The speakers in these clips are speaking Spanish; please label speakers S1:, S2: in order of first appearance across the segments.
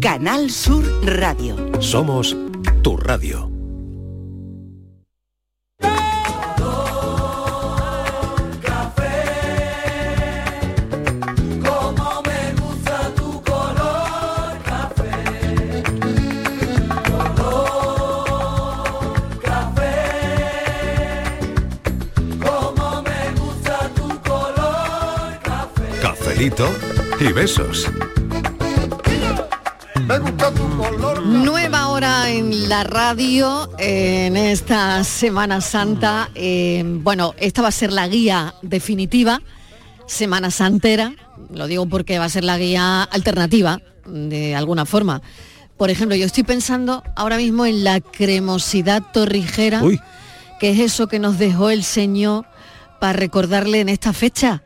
S1: Canal Sur Radio.
S2: Somos tu radio.
S3: Como me gusta tu color café, color café. Como me gusta tu color café.
S2: Cafelito y besos.
S4: Nueva hora en la radio en esta Semana Santa. Eh, bueno, esta va a ser la guía definitiva, Semana Santera. Lo digo porque va a ser la guía alternativa, de alguna forma. Por ejemplo, yo estoy pensando ahora mismo en la cremosidad torrijera, que es eso que nos dejó el Señor para recordarle en esta fecha.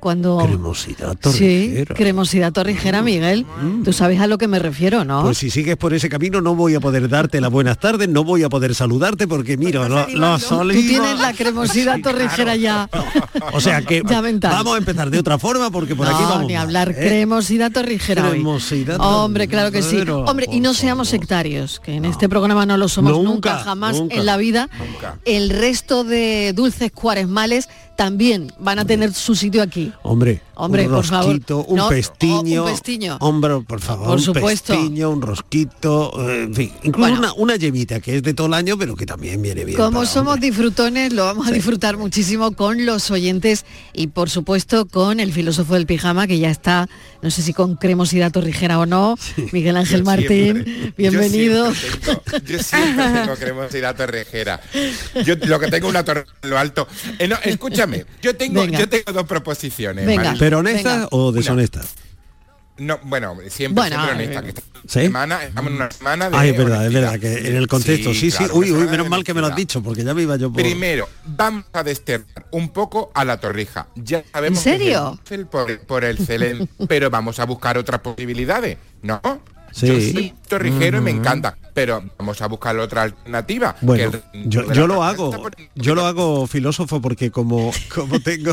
S4: Cuando
S5: Cremosidad
S4: Sí,
S5: torrijera. Mm.
S4: cremosidad torrijera, Miguel. Tú sabes a lo que me refiero, ¿no?
S5: Pues si sigues por ese camino no voy a poder darte las buenas tardes, no voy a poder saludarte porque mira, lo, lo has
S4: Pues Tú
S5: olido.
S4: tienes la cremosidad torrijera ya.
S5: O sea que
S4: Ya ventana.
S5: vamos a empezar de otra forma porque por aquí
S4: No,
S5: vamos.
S4: ni
S5: mal,
S4: hablar.
S5: ¿eh?
S4: Cremosidad torrijera hoy.
S5: Cremosidad
S4: Hombre, claro que sí.
S5: torrijera,
S4: Hombre, y no seamos sectarios, que en este programa no lo somos nunca,
S5: Nunca,
S4: jamás
S5: nunca.
S4: en la vida. El resto de dulces cuaresmales también van a tener su sitio aquí.
S5: Hombre,
S4: Hombre,
S5: un
S4: por favor.
S5: rosquito, un
S4: No, o- un
S5: pestiño,
S4: pestiño.
S5: hombre, por favor,
S4: Por
S5: un
S4: supuesto.
S5: pestiño, un rosquito, eh, en fin, incluso
S4: Bueno.
S5: una, una yemita que es de todo el año, pero que también viene bien.
S4: Como somos disfrutones, lo vamos a disfrutar muchísimo con los oyentes y por supuesto con el filósofo del pijama, que ya está, no sé si con cremosidad torrijera o no, Miguel Ángel
S6: Yo
S4: Martín,
S6: siempre- yo
S4: bienvenido.
S6: Yo siempre tengo cremosidad torrejera. Yo lo que tengo es una torre en lo alto. Eh, no, escúchame, yo tengo,
S4: Venga.
S6: yo tengo dos proposiciones. Marilo.
S5: ¿Pero honestas o deshonestas?
S6: No, bueno, siempre,
S4: Bueno,
S6: siempre
S4: eh,
S6: honesta. que esta
S5: ¿Sí?
S6: semana, estamos en una semana de...
S5: Ay, es verdad, es verdad, que en el contexto, sí, sí,
S6: claro,
S5: uy,
S6: que
S5: uy,
S6: suena
S5: menos
S6: de
S5: mal que me lo has
S6: honestidad.
S5: dicho, porque ya me iba yo por...
S6: Primero, vamos a desterrar un poco a la torrija. Ya sabemos
S4: ¿En serio?
S6: que es el por, por el Celén, pero vamos a buscar otras posibilidades, ¿no?
S5: Sí. Mm.
S6: Yo soy torrijero y me encanta, pero vamos a buscar otra alternativa.
S5: Bueno,
S6: que el-
S5: yo, yo
S6: de la
S5: lo
S6: torrija
S5: hago,
S6: está por-
S5: yo lo hago filósofo porque como, como tengo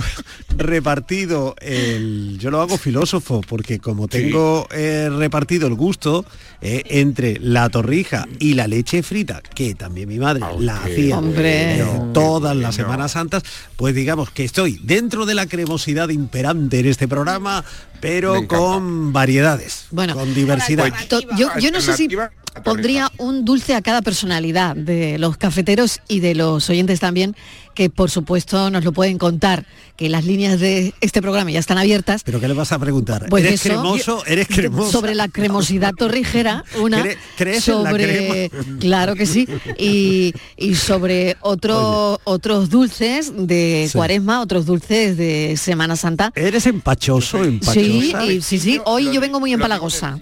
S5: repartido el... Yo lo hago filósofo porque como tengo eh, repartido el gusto eh, entre la torrija y la leche frita, que también mi
S6: Ah,
S5: madre la hacía
S4: Hombre.
S5: eh, todas las Semanas Santas, pues digamos que estoy dentro de la cremosidad imperante en este programa, pero con variedades,
S4: Bueno,
S5: con diversidad.
S4: To- yo, yo no sé si
S6: Alternativa a
S4: pondría un dulce a cada personalidad de los cafeteros y de los oyentes también, que por supuesto nos lo pueden contar, que las líneas de este programa ya están abiertas.
S5: ¿Pero qué le vas a preguntar?
S4: Pues
S5: ¿Eres
S4: eso,
S5: cremoso? ¿Eres cremoso?
S4: Sobre la cremosidad torrijera, una
S5: ¿Cre- crees en la
S4: sobre claro que sí. Y, y sobre otro, otros dulces de
S5: Sí.
S4: Cuaresma, otros dulces de Semana Santa.
S5: ¿Eres empachoso, empachosa?
S4: Sí, y- sí, sí, hoy yo vengo muy empalagosa.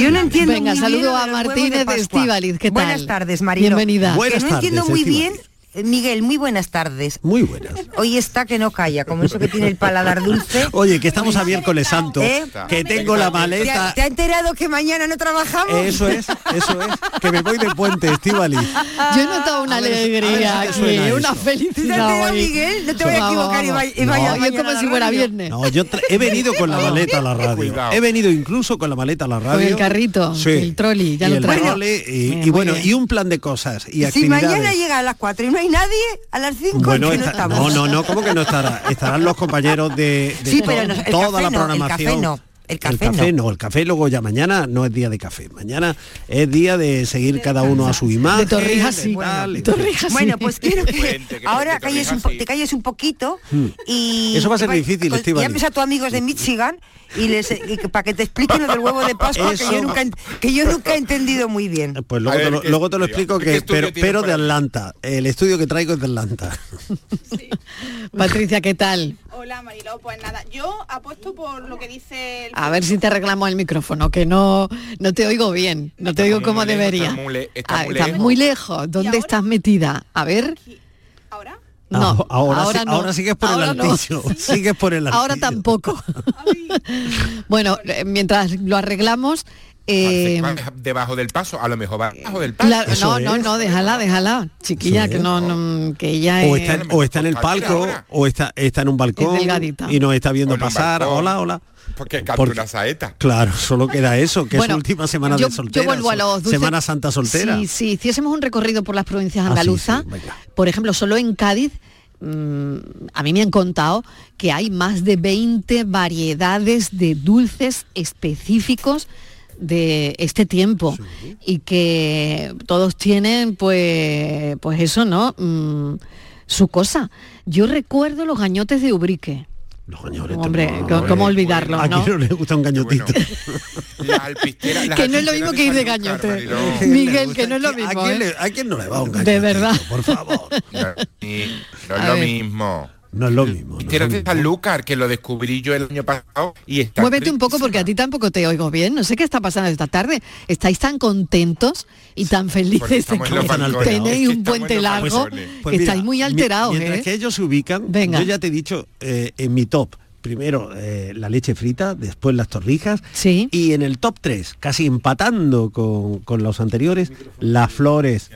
S7: Yo no entiendo
S4: Venga,
S7: muy
S4: saludo
S7: bien lo
S4: a
S7: del huevo
S4: Martínez de
S7: Pascua.
S4: Estíbaliz, ¿qué tal?
S7: Buenas tardes, Marino.
S4: Bienvenida.
S7: Que
S5: Buenas
S7: no entiendo
S5: tardes,
S7: muy bien,
S5: Estíbaliz.
S7: eh, Miguel, muy buenas tardes.
S5: Muy buenas.
S7: Hoy está que no calla, como eso que tiene el paladar dulce.
S5: Oye, que estamos a miércoles santo,
S7: ¿Eh?
S5: que tengo la
S7: ¿Te ha,
S5: maleta.
S7: te ha enterado que mañana no trabajamos?
S5: Eso es, eso es, que me voy de puente, Estivali.
S4: Yo he notado una
S5: A ver,
S4: alegría
S5: a ver si te
S4: aquí,
S5: suena
S4: una
S5: esto.
S7: ¿Tú te has enterado,
S4: felicidad. hoy.
S7: Miguel? No te voy a
S4: Vamos,
S7: equivocar y
S4: vamos.
S7: vaya- y vaya
S4: Hoy es
S7: mañana a
S4: como
S7: la
S4: si fuera
S7: radio.
S4: viernes.
S5: No, yo tra- he venido con la maleta a la radio.
S6: Cuidado.
S5: He venido incluso con la maleta a la radio.
S4: el carrito, el trolley, ya
S5: y
S4: lo
S5: el
S4: traigo.
S5: trolley, y-
S4: Eh,
S5: y,
S4: muy
S5: bueno,
S4: bien.
S5: y un plan de cosas y
S7: Si
S5: actividades.
S7: mañana llega a las 4 y no hay nadie, a las 5
S5: Bueno,
S7: que no
S5: está-
S7: estamos.
S5: no, no, no, ¿cómo que no estará? Estarán los compañeros de, de
S7: Sí,
S5: to-
S7: pero no, el
S5: toda
S7: café
S5: la
S7: no, el
S5: programación.
S7: café no, el café
S5: no. el café luego ya mañana no es día de café. Mañana es día de seguir cada uno a su imagen.
S4: De Torrijas sí.
S5: tal,
S4: De Torrijas
S7: Bueno,
S4: sí.
S7: pues quiero que
S6: Puente, que
S7: ahora
S6: puente,
S7: calles un
S6: Torrijas,
S7: po-
S6: sí.
S7: te calles un poquito
S5: Hmm.
S7: y
S5: Eso va a ser
S7: y
S5: difícil,
S7: pues,
S5: Estíbaliz.
S7: Llames a tus amigos de Michigan y les eh, y que- para que te expliquen lo del huevo de Pascua
S5: Eso-
S7: que yo nunca en- que yo nunca he entendido muy bien.
S5: Pues luego,
S6: A ver,
S5: te, lo,
S6: ¿qué
S5: luego te lo
S6: estudio?
S5: explico
S6: ¿Qué
S5: que,
S6: estudio
S5: pero,
S6: tienes
S5: pero
S6: por
S5: de
S6: ahí?
S5: Atlanta. El estudio que traigo es de Atlanta.
S4: Patricia, ¿qué tal?
S8: Hola Mariló, pues nada, yo apuesto por lo que dice el...
S4: A ver si te reclamo el micrófono, que no, no te oigo bien, no te oigo
S6: muy
S4: como
S6: lejos, está
S4: debería.
S6: muy le- está
S4: Ah,
S6: muy
S4: estás
S6: lejos.
S4: muy lejos. ¿Dónde
S8: ahora?
S4: estás metida? A ver.
S8: ¿Ahora?
S4: No,
S5: Ah, ahora, sí-
S4: no.
S5: ahora sigues por
S4: Ahora
S5: el
S4: no.
S5: altillo. Sigues por el altillo.
S4: Ahora tampoco. bueno, eh, mientras lo arreglamos, eh,
S6: Va debajo del paso, a lo mejor
S5: Eh,
S6: va debajo del paso.
S4: la- no, no, no, déjala, déjala, chiquilla,
S5: Eso
S4: que no, no, que ella
S5: O
S4: es-
S5: está, en- o está en el palco, o está, está en un balcón
S4: Es delgadita.
S5: y nos está viendo
S6: en un
S5: pasar.
S6: balcón.
S5: Hola, hola.
S6: Porque canta
S5: Porque-
S6: una saeta.
S5: Claro, solo queda eso, que
S4: Bueno,
S5: es última semana
S4: yo,
S5: de
S4: yo
S5: soltera.
S4: vuelvo a
S5: su-
S4: los dulces-
S5: Semana Santa soltera.
S4: Si, si hiciésemos un recorrido por las provincias
S5: Ah, sí,
S4: andaluzas,
S5: sí, venga.
S4: por ejemplo, solo en Cádiz, mm, a mí me han contado que hay más de 20 variedades de dulces específicos de este tiempo y que todos tienen pues pues eso no Mm, su cosa yo recuerdo los gañotes de ubrique
S5: Los gañotes,
S4: hombre
S5: no,
S4: co-
S5: no,
S4: cómo
S5: eh,
S4: olvidarlos
S5: ¿A
S4: no
S5: quién no le gusta un gañotito?
S6: Las alpisteras- las
S4: que no es lo
S6: alpisteras
S4: mismo que ir de
S6: Sanlúcar,
S4: gañote
S6: Mariló.
S4: Miguel que no es lo
S5: ¿A
S4: mismo
S5: quién,
S4: ¿eh?
S5: le- a quién no le va
S4: De
S5: un gañotito?
S4: verdad.
S5: Por favor.
S6: Sí, No
S4: A
S6: es lo
S4: ver.
S6: mismo.
S5: No es lo mismo. no es lo
S6: Quiero de
S5: mismo.
S6: Sanlúcar, que lo descubrí yo el año pasado y está
S4: Muévete un poco porque a ti
S6: riquísima.
S4: tampoco te oigo bien. No sé qué está pasando esta tarde. Estáis tan contentos y tan
S6: Porque
S4: felices de
S6: estamos en los
S4: que
S5: balcones.
S4: tenéis
S6: Es que
S4: un
S6: estamos
S4: puente
S6: en los
S4: largo.
S6: balcones.
S4: que
S5: Pues mira,
S4: estáis muy
S5: mi-
S4: alterados,
S5: Mientras
S4: ¿eh?
S5: que ellos se ubican,
S4: Venga.
S5: yo ya te he dicho eh, en mi top. Primero eh, la leche frita, después las torrijas
S4: Sí.
S5: y en el top 3, casi empatando con, con los anteriores, las flores.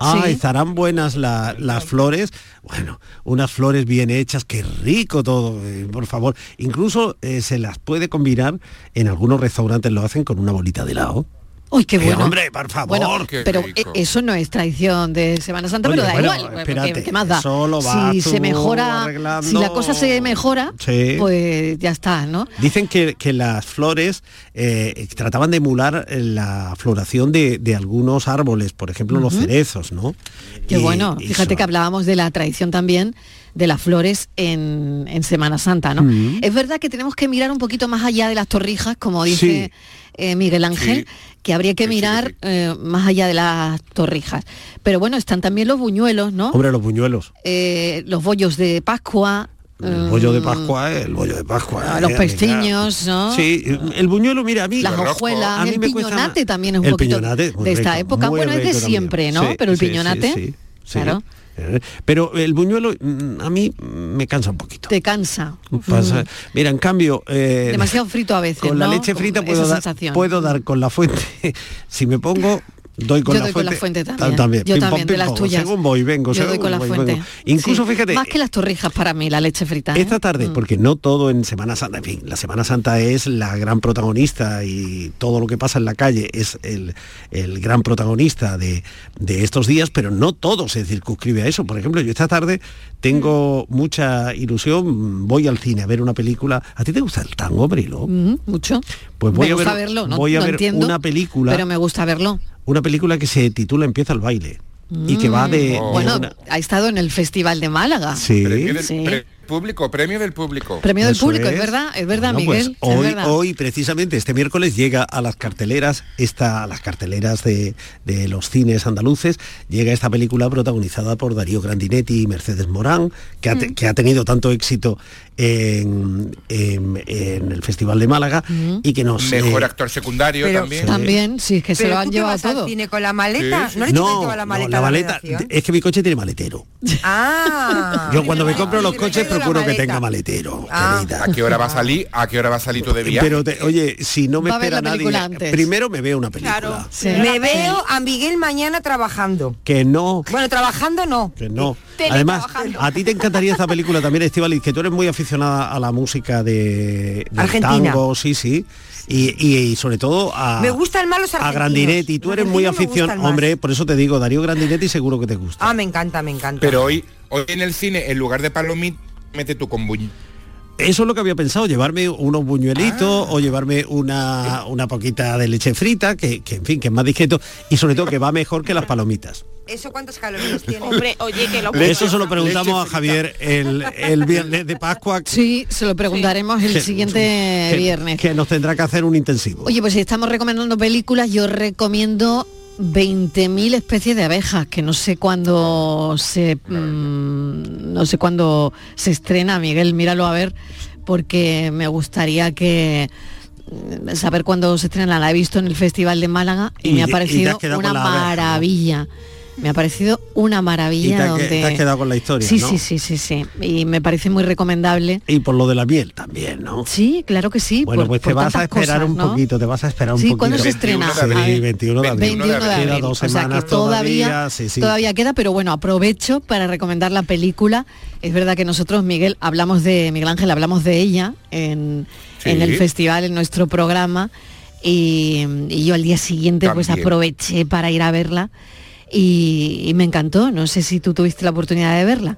S5: Ah,
S4: Sí.
S5: estarán buenas la- las flores. Bueno, unas flores bien hechas, qué rico todo, eh, por favor. Incluso eh, se las puede combinar, en algunos restaurantes lo hacen con una bolita de helado.
S4: Uy, qué
S5: Eh,
S4: bueno.
S5: hombre, por favor.
S4: Bueno,
S6: Qué
S4: pero
S6: rico.
S4: eh, eso no es traición de Semana Santa,
S5: Oye,
S4: pero da
S5: bueno,
S4: igual. porque
S5: espérate,
S4: ¿Qué más da?
S5: eso lo vas
S4: si se
S5: tú
S4: mejora,
S5: arreglando.
S4: si la cosa se mejora,
S5: Sí.
S4: pues ya está, ¿no?
S5: Dicen que, que las flores eh, trataban de emular eh, la floración de, de algunos árboles, por ejemplo los cerezos, ¿no?
S4: Qué
S5: Y-
S4: bueno,
S5: y
S4: fíjate
S5: son-
S4: que hablábamos de la tradición también de las flores en, en Semana Santa, ¿no? Es verdad que tenemos que mirar un poquito más allá de las torrijas, como dice eh, Miguel Ángel,
S6: Sí.
S4: que habría que
S6: Sí, sí,
S4: mirar
S6: sí.
S4: eh, más allá de las torrijas. Pero bueno, están también los buñuelos, ¿no?
S5: Hombre, los buñuelos.
S4: Eh, los bollos de Pascua.
S5: El bollo de
S4: mm,
S5: Pascua, eh, el bollo de Pascua.
S4: Ah,
S5: eh,
S4: los
S5: amiga.
S4: pestiños, ¿no?
S5: Sí, el buñuelo, mira, a mí...
S4: Las
S6: Los
S4: hojuelas,
S5: a mí
S4: el
S5: me cuesta
S4: piñonate
S5: más.
S4: también es un
S5: El
S4: poquito
S5: piñonate, muy
S4: de esta
S5: rico,
S4: época.
S5: muy
S4: Bueno, es de
S5: rico también.
S4: siempre, ¿no?
S5: Sí,
S4: Pero el
S5: sí, sí,
S4: piñonate,
S5: sí, sí.
S4: claro,
S5: Eh, Pero el buñuelo mm, a mí me cansa un poquito.
S4: te cansa.
S5: Pasa- Mira, en cambio... eh,
S4: demasiado frito a veces.
S5: con la
S4: ¿no?
S5: leche
S4: Como
S5: frita
S4: esa
S5: puedo, dar-
S4: sensación.
S5: puedo dar con la fuente. si me pongo, doy con,
S4: Yo
S5: la,
S4: doy
S5: fuente.
S4: con la fuente
S5: Ta-
S4: también. Yo
S5: Pim, pam,
S4: también, de
S5: pim,
S4: las
S5: pam.
S4: tuyas.
S5: Según voy, vengo.
S4: Yo doy
S5: según
S4: con la
S5: voy,
S4: fuente.
S5: vengo. Incluso,
S4: Sí.
S5: fíjate,
S4: Más que las torrijas para mí, la leche frita. ¿eh?
S5: esta tarde,
S4: Mm.
S5: porque no todo en Semana Santa, en fin, la Semana Santa es la gran protagonista y todo lo que pasa en la calle es el, el gran protagonista de, de estos días, pero no todo se circunscribe a eso. Por ejemplo, yo esta tarde tengo
S4: Mm.
S5: mucha ilusión, voy al cine a ver una película. ¿A ti te gusta el tango, Brilo?
S4: Mm, mucho.
S5: Pues voy
S4: me
S5: a
S4: gusta
S5: ver-
S4: verlo, no,
S5: voy a
S4: no
S5: ver
S4: entiendo,
S5: una película.
S4: Pero me gusta verlo.
S5: una película que se titula Empieza el baile y que va de, de
S4: Mm. bueno,
S5: una-
S4: ha estado en el Festival de Málaga.
S5: sí
S6: Premio del
S4: Sí.
S6: pre- público, premio del público.
S4: Premio del
S5: eso
S4: público, es. verdad, es verdad,
S5: Bueno, pues,
S4: Miguel. es
S5: hoy,
S4: verdad.
S5: hoy, precisamente, este miércoles llega a las carteleras, esta, a las carteleras de, de los cines andaluces, llega esta película protagonizada por Darío Grandinetti y Mercedes Morán, que ha,
S4: Mm.
S5: te- que ha tenido tanto éxito en, en- en el Festival de Málaga y que nos...
S6: Mejor
S5: eh,
S6: actor secundario
S7: Pero-
S6: también.
S4: Mm. También, sí, es que se
S7: Pero
S4: lo
S7: tú
S4: han
S7: que
S4: llevado
S7: vas al
S4: todo.
S7: cine con la maleta?
S6: Sí, sí.
S7: ¿No le tienes que llevar la maleta?
S5: no, la
S7: a
S5: maleta,
S7: redacción?
S5: es que mi coche tiene maletero.
S7: Ah.
S5: Yo cuando me compro
S7: Ah,
S5: los
S7: sí, me
S5: coches
S7: traigo la
S5: procuro que
S7: maleta.
S5: tenga maletero.
S7: Ah.
S5: querida.
S6: ¿A qué hora va a salir? ¿A qué hora va a salir tú de viaje?
S5: Pero te- oye, si no me
S4: Va a ver
S5: espera
S4: la
S5: nadie,
S4: película antes.
S5: primero me veo una película.
S8: Claro.
S4: Sí.
S7: Me veo a Miguel mañana trabajando.
S5: Que no,
S7: Bueno, trabajando no.
S5: que no. Además,
S8: Teletrabajando.
S5: a ti te encantaría esta película también, Estivali, que tú eres muy aficionada a la música de del
S7: Argentina.
S5: tango, sí, sí. Y, y- y sobre todo a
S7: Me gustan más los
S5: a
S7: argentinos.
S5: Grandinetti, tú
S7: Los
S5: eres
S7: argentinos
S5: muy
S7: me
S5: aficionado,
S7: gustan más.
S5: hombre, por eso te digo, Darío Grandinetti seguro que te gusta.
S7: Ah, me encanta, me encanta.
S6: Pero hoy, hoy en el cine, en lugar de palomita, mete tu con buñ-
S5: Eso es lo que había pensado, llevarme unos buñuelitos o llevarme una, una poquita de leche frita, que, que en fin, que es más discreto y sobre todo que va mejor que las palomitas.
S7: ¿Eso cuántas calorías tiene?
S8: Hombre, oye, que lo
S5: Eso se lo preguntamos a Javier el, el viernes de Pascua.
S4: Sí, se lo preguntaremos el
S5: que-
S4: siguiente
S5: que-
S4: viernes.
S5: Que nos tendrá que hacer un intensivo.
S4: Oye, pues si estamos recomendando películas, yo recomiendo 20.000 especies de abejas, que no sé cuándo se mm, no sé cuándo se estrena, Miguel, míralo a ver, porque me gustaría que mm, saber cuándo se estrena, la he visto en el Festival de Málaga y,
S5: Y-
S4: me ha
S5: y te has
S4: parecido
S5: quedado
S4: una
S5: con la abeja, ¿no?
S4: maravilla. Me ha parecido una maravilla.
S5: Y te ha que-
S4: donde...
S5: te has quedado con la historia,
S4: Sí,
S5: ¿no?
S4: sí, sí, sí, sí. Y me parece muy recomendable.
S5: Y por lo de la miel también, ¿no?
S4: Sí, claro que sí.
S5: Bueno,
S4: por-
S5: pues te
S4: por
S5: vas a
S4: tantas
S5: esperar
S4: cosas,
S5: un
S4: ¿no?
S5: poquito, te vas a esperar un
S4: Sí,
S5: poquito.
S4: ¿cuándo se estrena?
S5: Sí,
S4: A ver.
S5: 21 de abril.
S4: 21 de abril.
S5: Queda dos
S4: o sea
S5: semanas
S4: que todavía,
S5: todavía, sí, sí.
S4: todavía queda, pero bueno, aprovecho para recomendar la película. Es verdad que nosotros, Miguel, hablamos de Miguel Ángel, hablamos de ella en,
S9: Sí.
S4: en el festival, en nuestro programa. Y, y yo al día siguiente pues
S9: También.
S4: aproveché para ir a verla y, y me encantó. No sé si tú tuviste la oportunidad de verla.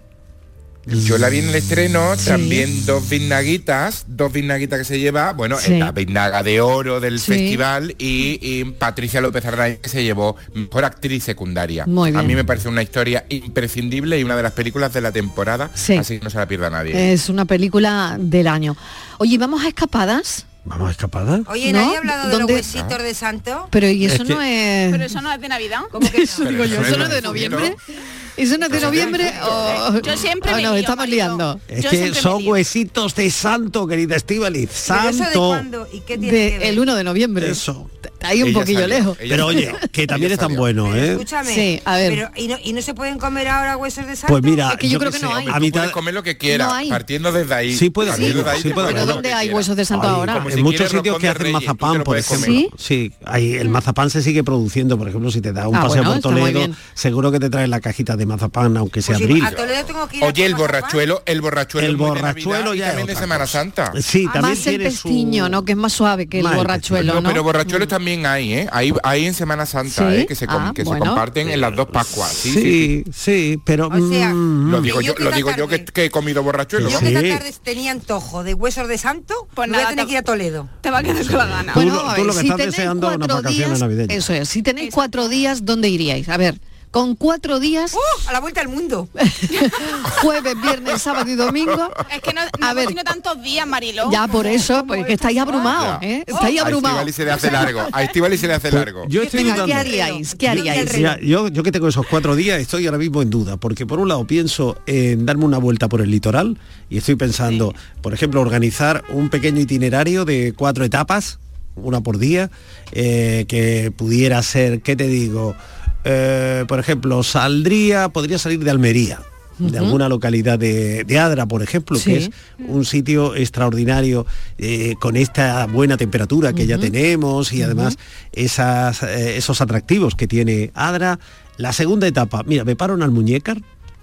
S6: Yo la vi en el estreno, también dos vinaguitas, dos vinaguitas que se lleva, bueno,
S4: Sí.
S6: la vinaga de oro del
S4: Sí.
S6: festival y, y Patricia López Arnaiz que se llevó mejor actriz secundaria.
S4: Muy bien.
S6: A mí me parece una historia imprescindible y una de las películas de la temporada,
S4: Sí. Eh.
S6: así que no se la pierda nadie.
S4: Es una película del año. Oye, ¿vamos a escapadas?
S5: ¿Vamos a escapada?
S7: Oye,
S4: ¿No?
S7: ¿nadie ha hablado de
S4: ¿Dónde-
S7: los huesitos de santo?
S4: Pero y
S5: Es
S4: eso
S5: que-
S4: no es...
S8: Pero eso no es de Navidad.
S4: Eso digo yo, ¿eso no es de noviembre? ¿Eso no es de noviembre? o-
S8: Yo siempre
S4: o
S8: me lío,
S4: nos Ah, estamos
S8: marido.
S4: liando.
S5: Es que son huesitos de santo, querida Estivaliz. Santo.
S7: ¿Y qué tiene que
S4: De,
S7: ver?
S4: el 1 de noviembre.
S5: Eso.
S4: Ahí un
S5: Ella
S4: poquillo
S5: salió,
S4: lejos.
S5: Pero oye, que también están buenos, ¿eh?
S7: Escúchame.
S4: Sí, a ver.
S7: pero- ¿y, no, y no se pueden comer ahora huesos de santo?
S5: Pues mira,
S4: creo
S5: qué
S4: que no
S5: sé,
S4: hay.
S5: A
S6: Tú
S5: mitad,
S6: puedes comer lo que quieras,
S4: No hay.
S6: partiendo desde ahí.
S5: Sí puede
S6: Partiendo
S5: haber,
S6: desde ahí
S5: sí
S6: te
S5: puede
S6: puedes
S4: Pero
S5: haber.
S6: comer lo
S4: ¿dónde
S6: que
S4: hay
S6: quieras.
S4: huesos de santo
S5: Ay,
S4: ahora?
S6: como Pues si
S5: en muchos
S6: quieres
S5: sitios
S6: rocón
S5: que
S6: de
S5: hacen
S6: reyes, tú te lo
S5: mazapán, por
S6: puedes
S5: ejemplo.
S6: comer.
S4: ¿Sí?
S5: Sí, ahí el mazapán se sigue produciendo, por ejemplo, si te da un
S4: Ah,
S5: paseo
S4: bueno,
S5: por
S4: está muy
S5: Toledo,
S4: bien.
S5: seguro que te traen la cajita de mazapán, aunque sea
S7: Pues sí,
S5: abril.
S7: a Toledo tengo que ir a
S6: Oye, el
S7: tomar sopa.
S6: borrachuelo, el borrachuelo.
S5: El
S6: es muy de
S5: borrachuelo
S6: Navidad y
S5: ya es
S6: también de
S5: otra
S6: Semana
S5: cosa.
S6: Santa.
S5: Sí, también
S4: Ah, Más el
S5: tiene su-
S4: pestiño, ¿no? Que es más suave que el
S5: Más el
S4: borrachuelo,
S6: No,
S4: ¿no?
S6: pero borrachuelos también hay, ¿eh? Hay, hay en Semana Santa,
S4: ¿Sí?
S6: ¿eh? Que, se, com-
S4: Ah,
S6: que se
S4: bueno.
S6: comparten en las dos Pascuas. Sí,
S5: Sí,
S6: sí, sí.
S5: sí, pero...
S7: O sea,
S5: mm,
S6: Lo digo
S7: Y yo
S6: yo,
S7: que
S6: lo
S7: esta
S6: digo yo que,
S7: tarde-
S6: que he comido borrachuelo.
S7: Yo
S5: Sí.
S7: que esta tarde tenía antojo de huesos de santo,
S8: Pues
S7: pues
S8: nada,
S7: voy a tener
S8: te-
S7: que ir a Toledo.
S8: Te va a quedar con la gana.
S5: Tú
S4: Bueno,
S5: lo-
S4: a
S5: tú
S4: ver,
S5: lo que
S4: si
S5: estás
S4: tenéis
S5: deseando es unas
S4: cuatro
S5: vacaciones
S4: días,
S5: navideñas.
S4: Eso es, si tenéis cuatro días, ¿dónde iríais? A ver, con cuatro días,
S7: ¡Uh! A la vuelta al mundo.
S4: jueves, viernes, sábado y domingo.
S8: Es que no, no
S4: A
S8: hemos
S4: ver.
S8: tenido tantos días, Mariló.
S4: Ya por eso, pues que estáis abrumados,
S6: Ya.
S4: ¿eh?
S5: Ah,
S4: Estáis
S6: A
S4: abrumados.
S6: Estivali se le hace largo. A Estivali se le hace largo.
S5: Yo estoy
S4: Venga, ¿qué
S5: dudando.
S4: haríais? ¿Qué
S7: Yo ni el
S4: haríais?
S7: rey.
S5: Mira, yo, yo que tengo esos cuatro días estoy ahora mismo en duda, porque por un lado pienso en darme una vuelta por el litoral y estoy pensando, por ejemplo, organizar un pequeño itinerario de cuatro etapas, una por día, eh, que pudiera ser, ¿qué te digo? Eh, por ejemplo, saldría, podría salir de Almería, de alguna localidad de, de Adra, por ejemplo,
S4: Sí.
S5: que es un sitio extraordinario eh, con esta buena temperatura que ya tenemos y además esas, eh, esos atractivos que tiene Adra. La segunda etapa, mira, me paro en Almuñécar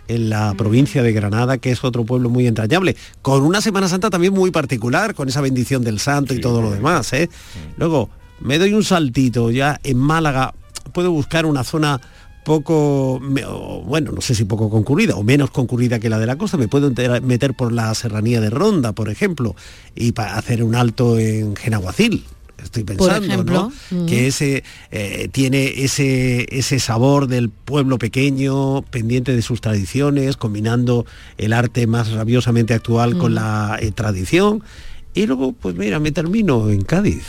S5: en la provincia de Granada, que es otro pueblo muy entrañable, con una Semana Santa también muy particular, con esa bendición del santo y todo lo demás. ¿eh? Luego, me doy un saltito ya en Málaga, puedo buscar una zona poco, me- o, bueno, no sé si poco concurrida o menos concurrida que la de la costa, me puedo entera- meter por la serranía de Ronda, por ejemplo, y para hacer un alto en Genaguacil. Estoy pensando,
S4: ejemplo,
S5: ¿no?
S4: mm.
S5: Que ese eh, tiene ese, ese sabor del pueblo pequeño, pendiente de sus tradiciones, combinando el arte más rabiosamente actual con la eh, tradición. Y luego, pues mira, me termino en Cádiz.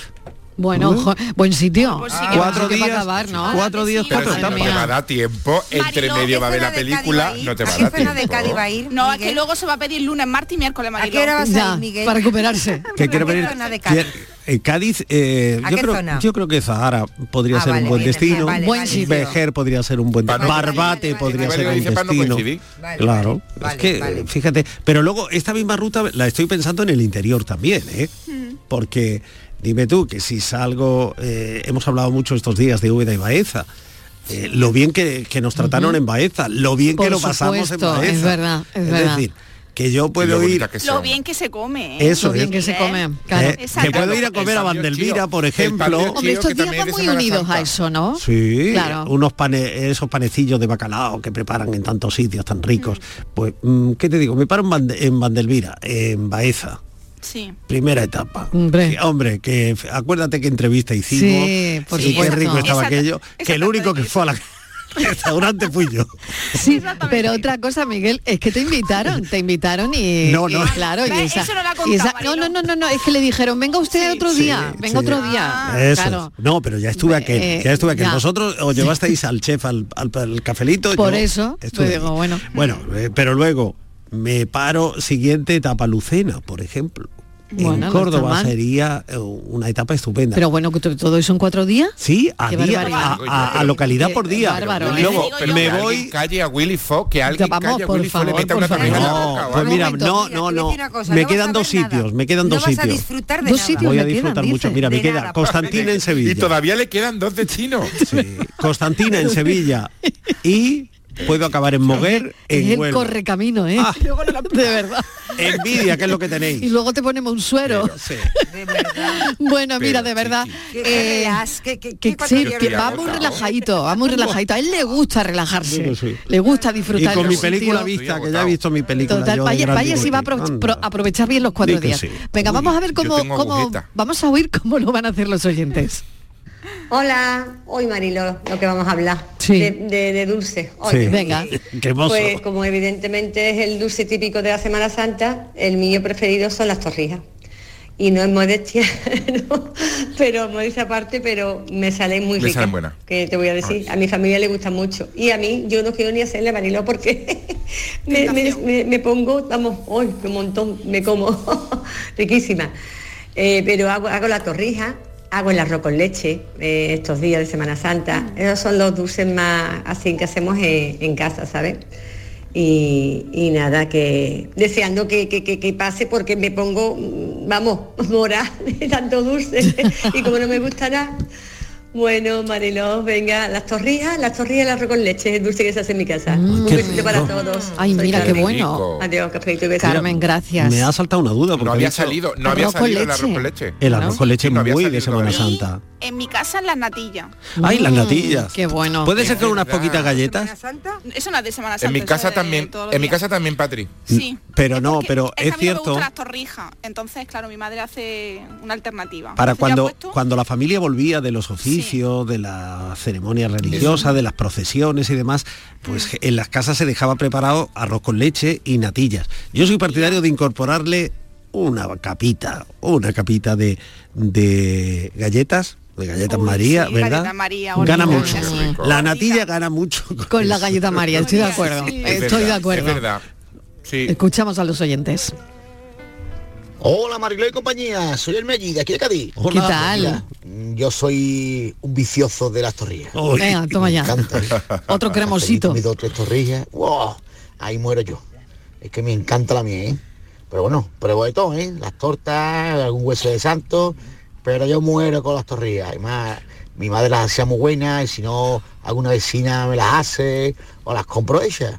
S4: Bueno, jo- buen sitio.
S8: Pues sí que
S4: Buen
S5: cuatro
S4: sitio para
S5: días,
S4: acabar, ¿no?
S5: cuatro días,
S8: Sí,
S6: Pero
S5: cuatro
S6: si no
S4: madre
S6: te
S5: etapas.
S6: va a
S4: mía.
S6: dar tiempo, entre
S8: Mariló,
S6: medio
S7: ¿qué
S6: va a haber la
S7: zona de Cádiz va
S6: película,
S7: a ir?
S6: no te
S7: ¿A
S6: va
S7: qué
S6: a
S7: zona
S6: dar
S7: de Cádiz va a
S6: tiempo.
S7: ir?
S8: No, es que
S7: Miguel?
S8: luego se va a pedir lunes, martes y miércoles,
S7: ¿A
S8: Mariló.
S7: qué hora vas a
S4: Ya,
S7: ir, Miguel?
S4: para recuperarse.
S5: que quiero
S7: ¿A qué
S5: venir
S7: zona de Cádiz?
S5: Eh, Cádiz, eh,
S7: ¿A
S5: yo,
S7: qué
S5: creo,
S7: zona?
S5: yo creo que Zahara podría
S7: Ah,
S5: ser
S7: vale,
S5: un buen
S7: bien,
S5: destino.
S7: vale,
S4: Buen vale, sitio.
S5: Vejer podría ser un buen
S6: Para
S5: destino.
S6: no-
S5: Barbate
S7: Vale, vale,
S5: podría
S7: vale,
S5: ser
S7: vale,
S5: un
S6: dice, para no
S5: destino.
S6: coincidir.
S7: Vale,
S5: claro,
S7: vale,
S5: es que eh,
S7: vale.
S5: fíjate, pero luego esta misma ruta la estoy pensando en el interior también, ¿eh?
S7: Hmm.
S5: Porque dime tú que si salgo, eh, hemos hablado mucho estos días de Úbeda y Baeza. eh, lo bien que, que nos trataron en Baeza, lo bien
S4: Por
S5: que lo pasamos en
S4: supuesto, es
S5: Baeza.
S4: verdad, es verdad.
S5: decir, que yo puedo ir
S6: bonita que
S8: Lo
S6: son.
S8: bien que se come. ¿eh?
S5: eso
S4: Lo bien
S5: es.
S4: que se come.
S8: ¿Eh?
S4: Claro.
S5: Eh,
S8: Esa-
S5: que puedo ir a
S6: El
S5: comer a
S6: pan de
S5: Vandelvira,
S6: Orchío.
S5: por
S6: El pan de
S5: ejemplo.
S6: Orchío.
S4: Hombre, estos
S6: que
S4: días
S6: también
S4: van
S6: es de
S4: muy
S6: Semana
S4: unidos
S6: Santa.
S4: a eso, ¿no?
S5: Sí,
S4: Claro.
S5: unos panes, esos panecillos de bacalao que preparan en tantos sitios tan ricos. Pues, mm, ¿qué te digo? Me paro en, Vande- en Vandelvira, en Baeza.
S8: Sí.
S5: Primera etapa.
S4: Hombre.
S5: Que, hombre, que f- acuérdate que entrevista hicimos.
S4: Sí, por
S5: y qué
S4: supuesto.
S5: rico estaba
S8: Esa-
S5: aquello.
S8: esa
S5: que el
S8: tarta
S5: único
S8: de
S5: que fue al restaurante fui yo.
S4: Sí, pero otra cosa, Miguel, es que te invitaron, te invitaron y,
S5: No, no.
S4: y claro, y
S8: ¿Ves?
S4: esa-
S8: Eso no lo ha
S4: y esa-
S8: contado,
S4: no, no,
S8: Mariló.
S4: no, no, no, es que le dijeron, venga usted otro
S5: Sí,
S4: día,
S5: sí. Ah.
S4: venga otro día.
S5: Eso.
S4: claro.
S5: No, pero ya estuve aquel.
S4: Eh,
S5: ya estuve aquel.
S4: ya.
S5: Vosotros os llevasteis al chef al, al- al cafelito.
S4: Por
S5: yo
S4: eso,
S5: estuve
S4: pues digo,
S5: ahí.
S4: bueno.
S5: Bueno, eh, pero luego me paro siguiente etapa Lucena, por ejemplo.
S4: Bueno, no
S5: en
S4: está
S5: Córdoba
S4: mal.
S5: sería eh, una etapa estupenda.
S4: Pero bueno, que to- todo eso en cuatro días.
S5: sí, a,
S4: qué
S5: día- a,
S4: barbaridad.
S5: a- a localidad
S4: Qué
S5: por día.
S6: Ah,
S4: bárbaro, ¿eh?
S5: Luego
S6: pero
S5: me
S6: que
S5: voy
S6: alguien calle a Willy Fox, que alguien
S4: vamos,
S6: calle a
S4: por
S6: Willy Fox, le
S4: favor,
S6: meta
S4: por
S6: una
S4: favor.
S6: torrija en la
S5: No,
S6: boca o
S5: pues
S6: algo.
S5: mira,
S7: Momento,
S5: no,
S7: mira,
S5: no,
S7: te voy a
S5: no.
S7: decir una cosa,
S5: Me
S7: no vas
S5: quedan
S7: a
S5: dos
S7: ver nada.
S5: sitios, me quedan
S7: No
S5: dos
S7: vas a
S5: sitios.
S7: disfrutar de
S4: Dos
S7: nada.
S4: sitios.
S5: Voy a
S4: me quedan,
S5: disfrutar mucho.
S4: dices.
S5: Mira, me
S7: De
S5: queda
S7: nada.
S5: Constantina en Sevilla.
S6: Y todavía le quedan dos destinos.
S5: Sí, Constantina en Sevilla. Y puedo acabar en Moguer,
S4: Es
S5: en
S4: el
S5: Huelva.
S4: correcamino, ¿eh?
S5: Ah.
S4: Luego no la- de verdad.
S5: Envidia, que es lo que
S4: Y
S5: tenéis.
S4: luego te ponemos un suero.
S5: Sí.
S7: De verdad.
S4: Bueno, mira,
S6: Pero,
S4: de verdad.
S7: Qué
S4: eh,
S7: relax, qué- qué-
S4: que
S7: qué cuatro
S4: sí,
S7: días
S4: que
S7: de
S4: va
S6: agotado.
S4: muy relajadito, va muy relajadito. A él le gusta relajarse,
S5: Yo que sí.
S4: le gusta
S5: Y
S4: disfrutar.
S5: con
S4: en
S5: mi
S4: su
S5: película
S4: sitio.
S5: vista, que ya he visto mi película.
S4: Total,
S5: yo de
S4: vaya,
S5: gran
S4: vaya si va a
S5: disfrute.
S4: apro-
S5: Anda.
S4: pro- aprovechar bien los cuatro
S5: Di que
S4: días.
S5: sí.
S4: Venga, vamos a ver cómo,
S6: tengo
S4: cómo-
S6: agujeta.
S4: vamos a oír cómo lo van a hacer los oyentes.
S9: Hola, hoy Marilo, lo que vamos a hablar
S4: Sí.
S9: de, de- de dulce.
S5: Sí.
S9: Hoy.
S4: Venga.
S5: Qué hermoso.
S9: Pues como evidentemente es el dulce típico de la Semana Santa, el mío preferido son las torrijas. Y no es modestia, ¿no? pero modestia aparte, pero me salen muy
S6: Le
S9: ricas.
S6: salen buenas.
S9: Que te voy a decir, a mi familia le gusta mucho. Y a mí yo no quiero ni hacerle Marilo porque me, me- me- me pongo, vamos, hoy un montón, me como riquísima. Eh, pero hago, hago la torrija, hago el arroz con leche eh, estos días de Semana Santa. Esos son los dulces más así que hacemos eh, en casa, ¿sabes? Y, y nada, que deseando que, que- que- que pase porque me pongo, mm, vamos, mora de tanto dulce. y como no me gustará, bueno, Mariló, venga, las torrijas, las torrijas y el arroz con leche, el dulce que se hace en mi casa. Un
S5: Mm. qué
S9: besito para
S5: rico.
S9: todos.
S4: Ay,
S9: Soy
S4: mira qué
S9: Carmen.
S4: bueno.
S6: rico.
S9: Adiós, cafelito y besos.
S4: Carmen, gracias.
S5: Me ha saltado una duda porque
S6: No
S5: ha
S6: había
S5: dicho-
S6: salido, no había
S4: arroz con
S6: salido el arroz
S4: leche.
S6: con leche.
S5: El arroz
S4: ¿No?
S5: con leche
S6: Sí, no había
S5: muy de
S6: salido
S5: Semana
S6: todavía.
S5: Santa.
S8: Y en mi casa las natillas.
S5: Ay, las
S4: Mm,
S5: natillas.
S4: qué bueno.
S5: Puede ser con unas
S6: verdad.
S5: poquitas
S7: Semana
S5: galletas.
S7: Santa.
S8: Eso no es de Semana Santa.
S6: En mi
S8: eso
S6: casa
S8: es de
S6: también,
S8: todos los
S6: en mi
S8: días.
S6: casa también, Patri.
S8: Sí.
S5: Pero
S8: Es
S5: no,
S8: porque
S5: pero
S8: es que
S5: es
S8: a mí no me
S5: cierto-
S8: gustan las torrijas. Entonces, claro, mi madre hace una alternativa.
S5: Para
S8: Entonces, pues, yo
S5: cuando,
S8: apuesto-
S5: cuando la familia volvía de los oficios, de las ceremonias religiosas, de las procesiones y demás,
S8: Mm.
S5: pues en las casas se dejaba preparado arroz con leche y natillas. Yo soy partidario de incorporarle una capita, una capita de, de galletas, de galletas
S8: Uy,
S5: María,
S8: sí,
S5: ¿verdad?
S8: galletas María,
S5: gana
S8: hormiga,
S5: mucho.
S8: sí.
S5: La natilla gana mucho.
S4: Con la
S5: eso.
S4: galleta María, estoy de acuerdo.
S8: Sí,
S6: Es
S4: Estoy de
S6: verdad,
S4: acuerdo.
S6: Es verdad. Sí.
S4: Escuchamos a los oyentes.
S10: Hola Mariló y compañía, soy el Melli de aquí de Cádiz.
S5: Hola,
S4: ¿Qué tal?
S5: mira.
S10: Mm, Yo soy un vicioso de las torrillas.
S5: Uy,
S4: Venga, toma ya. Otro cremosito.
S10: Mis dos ¿eh? tres torrillas. ¡Wow! Ahí muero yo. Es que me encanta la mía, ¿eh? Pero bueno, pruebo de todo, ¿eh? Las tortas, algún hueso de santo, pero yo muero con las torrillas. Además, mi madre las hacía muy buenas y si no, alguna vecina me las hace o las compro hechas.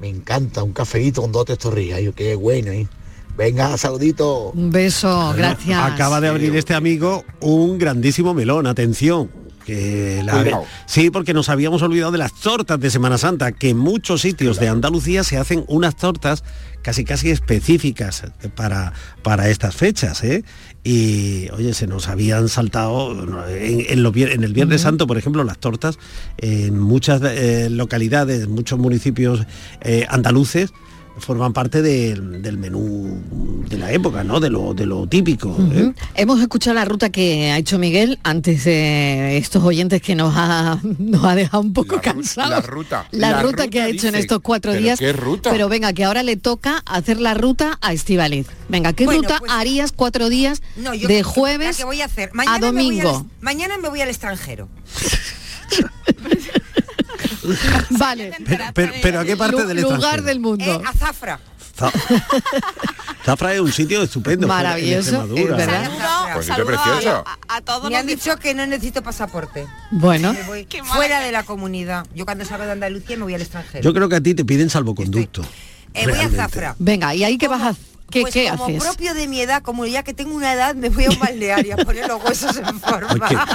S10: Me encanta un cafecito con dos o tres torrillas. Yo qué bueno, ¿eh? Venga, saludito.
S4: Un beso, gracias.
S5: Acaba de abrir este amigo un grandísimo melón, atención. Que la-
S6: Cuidado.
S5: Sí, porque nos habíamos olvidado de las tortas de Semana Santa, que en muchos sitios de Andalucía se hacen unas tortas casi casi específicas para, para estas fechas. ¿eh? Y oye, se nos habían saltado en, en los vier- en el Viernes Santo, por ejemplo, las tortas en muchas eh, localidades, en muchos municipios eh, andaluces forman parte del- del menú de la época, ¿no? De lo, de lo típico. ¿eh?
S4: Ujú. Hemos escuchado la ruta que ha hecho Miguel antes de estos oyentes que nos ha, nos ha dejado un poco
S6: La ru-
S4: cansados.
S6: la ruta.
S4: La,
S6: La
S4: ruta que
S6: ruta
S4: ha hecho en
S6: dice,
S4: estos cuatro
S6: ¿pero
S4: días.
S6: qué ruta?
S4: Pero venga, que ahora le toca hacer la ruta a Estivaliz. Venga, ¿qué
S7: Bueno,
S4: ruta
S7: pues-
S4: harías cuatro días
S7: No, yo
S4: de
S7: la
S4: jueves
S7: que voy a, hacer. Mañana me voy al
S4: domingo?
S7: ex- mañana me voy al extranjero.
S4: Vale.
S5: Pero, pero- pero ¿a qué parte
S4: Lu-
S5: del
S4: lugar
S5: extranjero?
S4: del
S7: Eh,
S4: mundo.
S7: a Zafra.
S5: Za- Zafra es un sitio estupendo. fuera- en
S4: Maravilloso,
S5: Extremadura,
S4: es
S5: ¿eh?
S4: verdad.
S8: Saludo,
S6: Pues
S8: saludo
S6: sitio precioso.
S8: a, a- a todos
S7: Me
S8: los
S7: han dicho que no necesito pasaporte.
S4: Bueno,
S7: Me voy
S8: Qué mala
S7: fuera
S8: gente.
S7: de la comunidad. Yo cuando salgo de Andalucía me voy al extranjero.
S5: Yo creo que a ti te piden salvoconducto.
S7: Eh, voy a
S5: realmente.
S7: Zafra.
S4: venga, ¿y ahí qué vas a ¿Qué,
S7: Pues
S4: qué
S7: como
S4: haces?
S7: propio de mi edad, como ya que tengo una edad, me voy a un balneario a poner los huesos en
S5: Ay,
S7: forma.
S5: qué feo.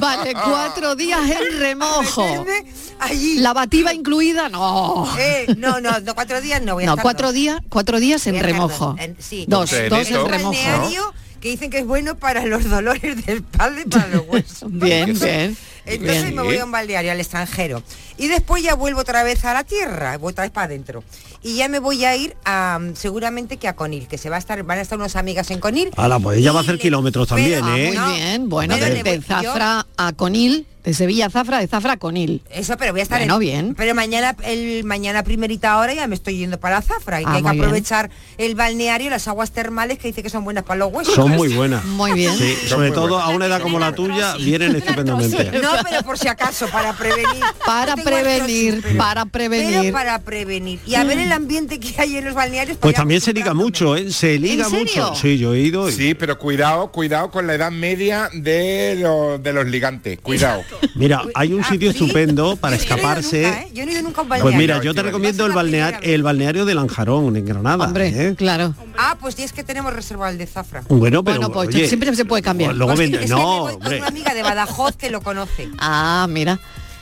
S4: Vale, cuatro días en remojo.
S7: Meterme Allí.
S4: Lavativa incluida, no.
S7: Eh, no, no, no, cuatro días no voy a
S4: No,
S7: estar
S4: cuatro
S7: dos.
S4: días, cuatro días en
S7: Voy a estar
S4: remojo.
S7: dos, en- sí.
S4: Dos,
S6: Pues En
S4: dos
S6: esto,
S4: en
S7: Un
S4: remojo.
S7: balneario que dicen que es bueno para los dolores de espalda y para los huesos.
S4: Bien, bien.
S7: Entonces
S4: bien.
S7: me voy a un balneario al extranjero. Y después ya vuelvo otra vez a la tierra, voy otra vez para adentro. Y ya me voy a ir a mm, seguramente que a Conil, que se va a estar, van a estar unas amigas en Conil.
S5: Hala, pues ella va a hacer
S7: Y le-
S5: kilómetros
S7: pero-
S5: también,
S4: Ah,
S5: ¿eh?
S4: muy bien, bueno,
S7: pero le
S4: desde
S7: voy- yo-
S4: Zafra a Conil De Sevilla a Zafra, de Zafra a Conil.
S7: Eso, pero voy a estar
S4: Bueno,
S7: en-
S4: bien.
S7: Pero mañana, el mañana primerita hora ya me estoy yendo para la Zafra y
S4: Ah,
S7: que hay que
S4: muy bien.
S7: aprovechar el balneario, las aguas termales que dice que son buenas para los huesos.
S5: Son muy buenas.
S4: Muy bien.
S5: Sí, sobre todo a una edad como la tuya, vienen estupendamente.
S7: No, pero por si acaso, para prevenir.
S4: Para
S7: Yo tengo
S4: prevenir,
S7: artrosis,
S4: para prevenir.
S7: Pero para prevenir. Y a ver el ambiente que hay en los balnearios.
S5: Pues también se liga mucho, ¿eh? Se liga mucho. Sí, yo he ido.
S6: Sí, pero cuidado, cuidado con la edad media de, los- de los ligantes. Cuidado.
S5: Mira, hay un sitio estupendo para escaparse.
S7: Yo no he ido nunca ¿eh? a un
S5: Pues
S7: balneario.
S5: mira, yo te recomiendo el balneario, el balneario de Lanjarón, en Granada. ¿eh?
S4: claro.
S7: Ah, pues es que tenemos reservado el de Zafra.
S5: Bueno, pero,
S4: Bueno, pues
S5: oye,
S4: siempre se puede cambiar.
S5: luego
S4: Pues,
S5: vende-
S4: es que
S5: no,
S4: me voy-
S5: hombre.
S7: Una amiga de Badajoz que lo conoce.
S4: Ah, mira.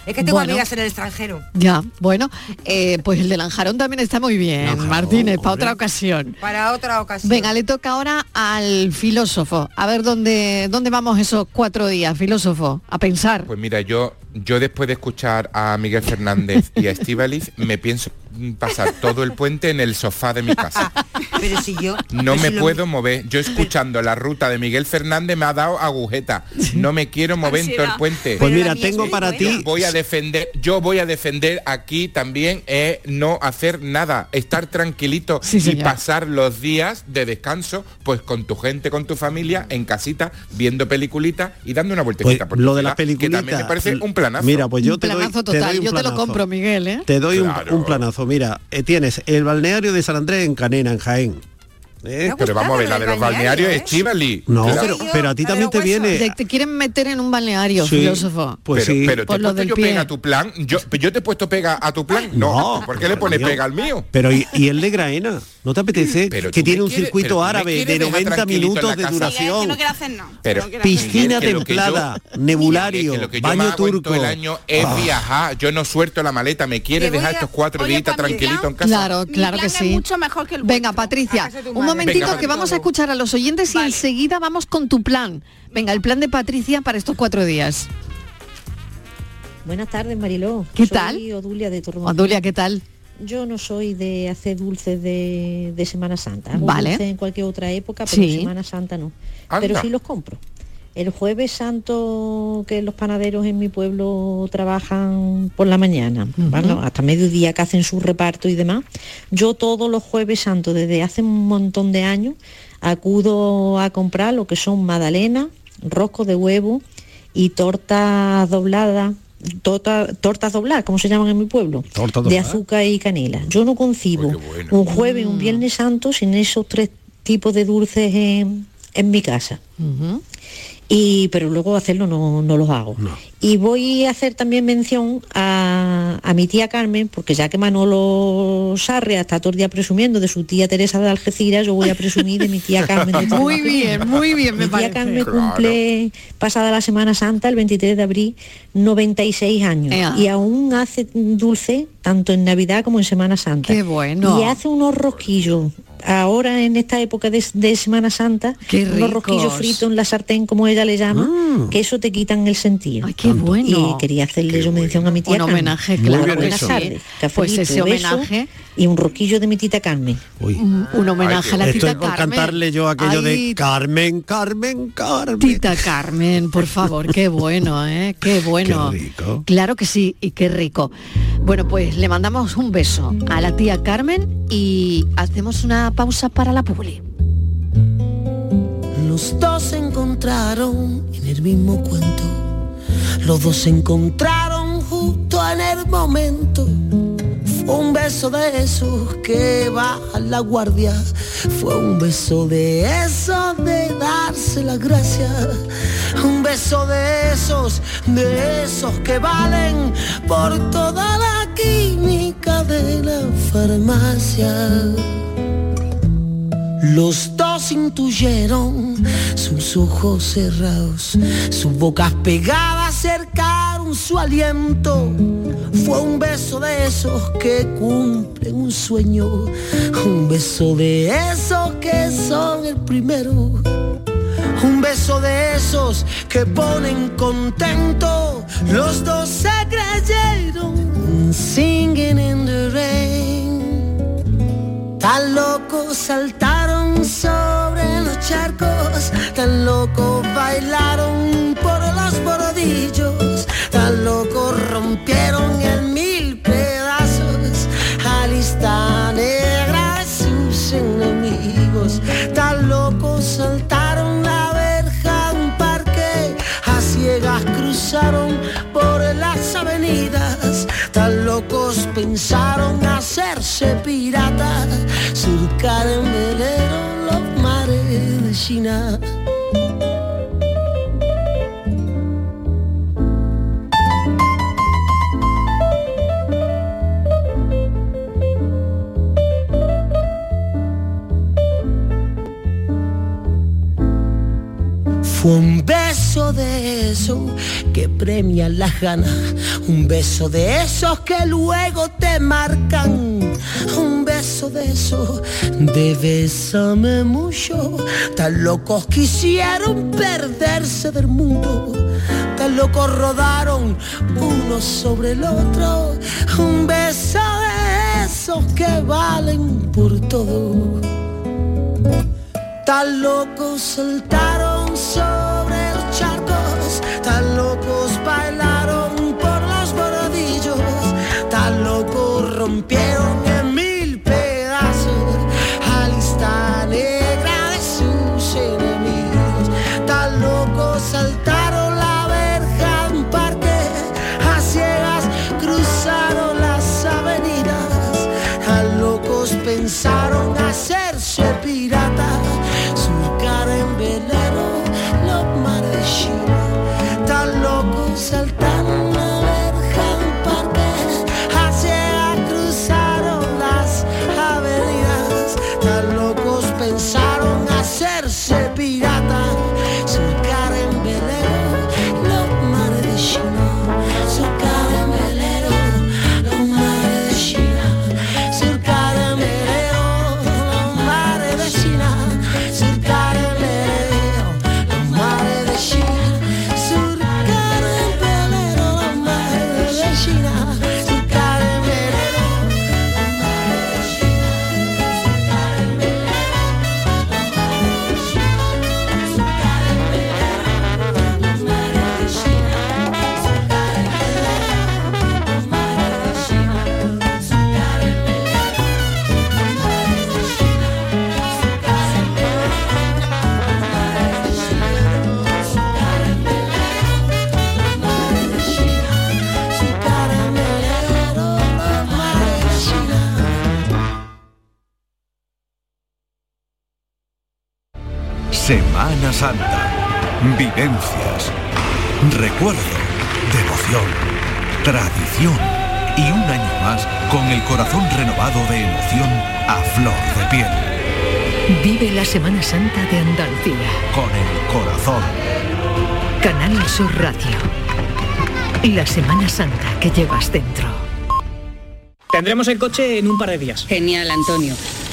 S7: Es que tengo
S4: Bueno.
S7: amigas en el extranjero.
S4: Ya, bueno, eh, pues el de Lanjarón también está muy bien, Martínez, para otra ocasión.
S7: Para otra ocasión.
S4: Venga, le toca ahora al filósofo. A ver dónde, dónde vamos esos cuatro días, filósofo, a pensar.
S6: Pues mira, yo, yo después de escuchar a Miguel Fernández y a Estíbaliz, me pienso pasar todo el puente en el sofá de mi casa.
S7: Pero si yo...
S6: No
S7: pero
S6: me
S7: si lo-
S6: puedo mover. Yo escuchando la ruta de Miguel Fernández me ha dado agujeta. No me quiero mover en todo el
S5: Ansiedad.
S6: puente.
S5: Pues Pero mira, la mía es tengo muy para buena. ti-
S6: Voy a defender, yo voy a defender aquí también eh, no hacer nada, estar tranquilito y pasar los días de descanso, pues con tu gente, con tu familia, en casita, viendo peliculitas y dando una vueltecita por
S5: Pues,
S6: tu
S5: lo de las
S6: ciudad, que también
S5: peliculitas.
S6: me parece un planazo.
S5: Mira, pues yo
S4: Un
S5: te doy,
S4: planazo
S5: te
S4: total,
S5: doy un
S4: yo te lo
S5: planazo.
S4: compro, Miguel, ¿eh?
S5: Te doy un- un, planazo. Mira, eh, tienes el balneario de San Andrés en Canena, en Jaén. ¿eh?
S6: Pero vamos a ver, la de los balnearios es Chivali.
S5: No, pero, pero a ti también
S7: Pues,
S5: te viene.
S4: Te, te quieren meter en un balneario,
S5: Sí,
S4: filósofo.
S5: pues
S6: pero,
S5: sí. Pues
S6: pero te
S4: Por
S6: he
S4: lo
S6: puesto
S4: del
S6: yo
S4: pie.
S6: pega a tu plan. Yo, pero yo te he puesto pega a tu plan. No, ¿por qué le pones
S5: Dios.
S6: pega al mío?
S5: Pero y, y el de Graena, ¿no te apetece? que tiene un
S6: quieres- pero tú
S5: circuito
S6: me
S5: árabe de
S6: quieres dejar
S5: 90
S6: tranquilito en
S5: minutos
S6: la
S5: de
S6: casa.
S4: Oh.
S5: duración.
S8: que no quiere hacer nada.
S6: Pero
S5: Piscina
S6: Miguel, que lo que yo-
S5: templada,
S6: Miguel,
S5: nebulario,
S6: que lo que yo más
S5: baño
S6: hago en
S5: turco.
S6: todo el año es
S5: Ah.
S6: viajar. Yo no suelto la maleta. Me quieres dejar estos cuatro días tranquilito en casa.
S4: Claro, claro que sí. Venga, Patricia, un momentito
S6: Venga,
S4: que vamos a escuchar a los oyentes y enseguida vamos con tu plan. Venga, el plan de Patricia para estos cuatro días.
S11: Buenas tardes, Mariló.
S4: ¿Qué
S11: Soy
S4: tal?
S11: Odulia de Torremolinos.
S4: Odulia, ¿qué tal?
S11: Yo no soy de hacer dulces de, de Semana Santa. Hago
S4: Vale.
S11: dulces en cualquier otra época, pero
S4: Sí.
S11: Semana Santa no.
S4: Anda.
S11: Pero sí los compro. El jueves santo que los panaderos en mi pueblo trabajan por la mañana, bueno, hasta mediodía que hacen su reparto y demás. Yo todos los jueves santos, desde hace un montón de años, acudo a comprar lo que son magdalena, rosco de huevo y tortas dobladas, torta- tortas dobladas, como se llaman en mi pueblo,
S12: Torta
S11: de
S12: doblada.
S11: azúcar y canela. Yo no concibo un jueves, un viernes santo sin esos tres tipos de dulces en, en mi casa. Y, pero luego hacerlo no, no los hago. Y voy a hacer también mención a, a mi tía Carmen, porque ya que Manolo Sarria está todo el día presumiendo de su tía Teresa de Algeciras, yo voy a presumir de mi tía Carmen. de
S4: Muy
S11: Torremolinos.
S4: bien, muy bien, me
S11: Mi
S4: parece.
S11: tía Carmen
S4: Claro.
S11: cumple pasada la Semana Santa, el 23 de abril, 96 años.
S4: Ea.
S11: Y aún hace dulce tanto en Navidad como en Semana Santa.
S4: Qué bueno.
S11: Y hace unos rosquillos. Ahora en esta época de, de Semana Santa,
S4: Qué
S11: unos rosquillos
S4: ricos.
S11: fritos en la sartén, como ella le llama, que eso te quitan el sentido.
S4: qué bueno.
S11: Y quería hacerle yo mención a mi tía
S4: Un
S11: Carmen.
S4: homenaje, claro
S11: Ahora,
S4: que
S11: Buenas
S4: sí.
S11: tardes.
S4: Pues
S11: Cafelito,
S4: ese
S11: beso
S4: homenaje.
S11: Y un rosquillo de mi tita Carmen.
S4: Un, un homenaje a la
S5: Estoy
S4: tita
S5: por
S4: Carmen.
S5: cantarle yo aquello
S4: Ay,
S5: de Carmen, Carmen, Carmen.
S4: Tita Carmen, por favor, qué bueno, ¿eh? Qué bueno.
S5: Qué rico.
S4: Claro que sí, y qué rico. Bueno, pues le mandamos un beso a la tía Carmen y hacemos una pausa para la publi.
S12: Los dos se encontraron en el mismo cuento. Los dos se encontraron justo en el momento. Fue un beso de esos que baja la guardia. Fue un beso de esos de darse las gracias. Un beso de esos, de esos que valen por toda la química de la farmacia. Los dos intuyeron sus ojos cerrados, sus bocas pegadas cercaron su aliento. Fue un beso de esos que cumplen un sueño, un beso de esos que son el primero, un beso de esos que ponen contento. Los dos se creyeron singing in the rain. Tan locos saltaron sobre los charcos, tan locos bailaron por los bordillos, tan locos rompieron en mil pedazos a lista negra de sus enemigos. Tan locos saltaron la verja de un parque, a ciegas cruzaron por las avenidas. Tan locos pensaron hacerse piratas, surcar en velero los mares de China. Fue un beso de eso que premia las ganas, un beso de esos que luego te marcan, un beso de esos de besame mucho, tan locos quisieron perderse del mundo, tan locos rodaron uno sobre el otro, un beso de esos que valen por todo. Tan locos saltaron sobre los charcos, tan locos bailaron por los bordillos, tan locos rompieron en mil pedazos a lista negra de sus enemigos, tan locos saltaron la verja de un parque, a ciegas cruzaron las avenidas, tan locos pensaron hacerse piratas surcar en velero los mares de China. Tan locos saltaron la verja de un parque, hacia cruzaron las avenidas. Tan locos pensaron hacerse piratas, surcar en velero los mares de China. Surcar en velero los mares de China. Surcar en velero los mares de China. Surcar en velero, los mares de China. Surcar en velero, los mares de China. Surcar en velero, los mares de China. Surcar en velero, los mares de China. Surcar en velero, los mares de China. Surcar en velero, los mares de China. Surcar en velero, los mares de China. Surcar en velero.
S2: Semana Santa. Vivencias. Recuerdo. Devoción. Tradición. Y un año más con el corazón renovado de emoción a flor de piel.
S4: Vive la Semana Santa de Andalucía.
S2: Con el corazón.
S4: Canal Sur Radio. La Semana Santa que llevas dentro.
S13: Tendremos el coche en un par de días.
S10: Genial, Antonio.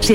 S14: Si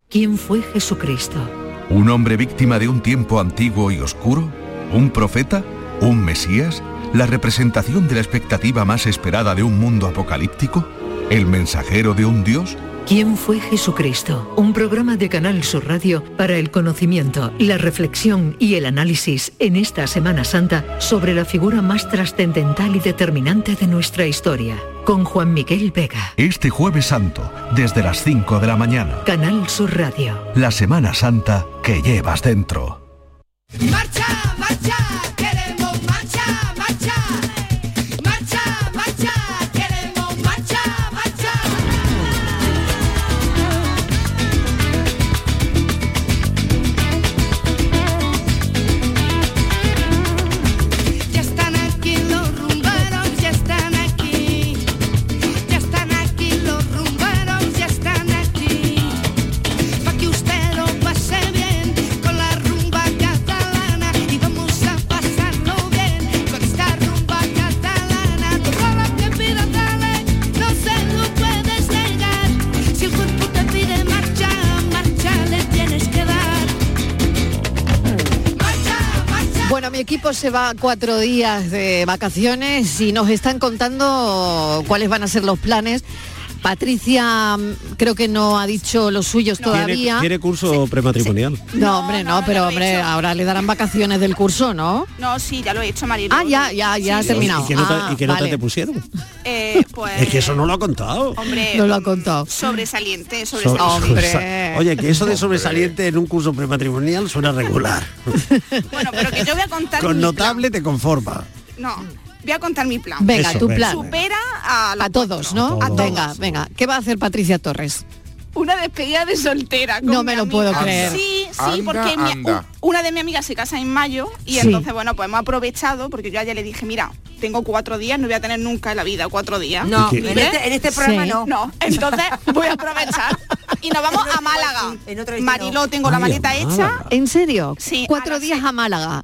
S15: ¿Quién fue Jesucristo?
S2: ¿Un hombre víctima de un tiempo antiguo y oscuro? ¿Un profeta? ¿Un mesías? ¿La representación de la expectativa más esperada de un mundo apocalíptico? ¿El mensajero de un dios?
S15: ¿Quién fue Jesucristo? Un programa de Canal Sur Radio para el conocimiento, la reflexión y el análisis en esta Semana Santa sobre la figura más trascendental y determinante de nuestra historia. Con Juan Miguel Vega.
S2: Este jueves santo, desde las 5 de la mañana,
S15: Canal Sur Radio.
S2: la Semana Santa que llevas dentro.
S3: Marcha, marcha, queremos marcha, marcha. Marcha, marcha, queremos marcha, marcha. Ya están aquí los rumberos, ya están aquí. Ya están aquí los rumberos, ya están aquí. Pa' que usted lo pase bien con la rumba catalana y vamos a pasarlo bien con esta rumba catalana. Todo lo que pida dale, no se lo puedes negar. Si el cuerpo te pide marcha, marcha le tienes que dar.
S4: Bueno, mi equipo se va cuatro días de vacaciones y nos están contando cuáles van a ser los planes. Patricia mm, creo que no ha dicho los suyos todavía.
S5: ¿Tiene, tiene curso prematrimonial?
S4: No, hombre, no, pero hombre, ahora le darán vacaciones del curso, ¿no?
S8: No, sí, ya lo he hecho, Marilo.
S4: Ah, ya, ya, ya ha
S8: Sí.
S4: terminado.
S5: ¿Y qué nota,
S4: Ah,
S5: y qué nota
S4: vale.
S5: te pusieron?
S8: Eh, pues,
S5: Es que eso no lo ha contado.
S8: hombre,
S4: No lo ha contado.
S8: sobresaliente,
S5: So-
S8: sobresaliente.
S5: sobresal- Oye, que eso de sobresaliente en un curso prematrimonial suena regular.
S8: Pero que yo voy a contar
S5: Con
S8: mi
S5: notable te conforma.
S8: plan. No, voy a contar mi plan.
S4: Venga,
S5: Eso,
S4: tu
S5: venga.
S4: plan.
S8: Supera a, los
S4: A todos, ¿no?
S8: A todos.
S4: Venga, venga. ¿Qué va a hacer Patricia Torres?
S8: Una despedida de soltera. con
S4: No
S8: mi
S4: me lo
S8: amiga.
S4: puedo creer.
S8: Sí, sí,
S4: Anda,
S8: porque mi-
S4: anda.
S8: u- una de mis amigas se casa en mayo y
S4: Sí.
S8: entonces, bueno, pues hemos aprovechado porque yo ayer le dije, mira, tengo cuatro días, no voy a tener nunca en la vida cuatro días.
S7: No, ¿Y qué?
S8: ¿Eh?
S7: en este- en este programa Sí. no.
S8: No, entonces voy a aprovechar y nos vamos a Málaga. Mariló, tengo la maleta hecha.
S4: ¿En serio?
S8: Sí,
S4: Cuatro días a Málaga.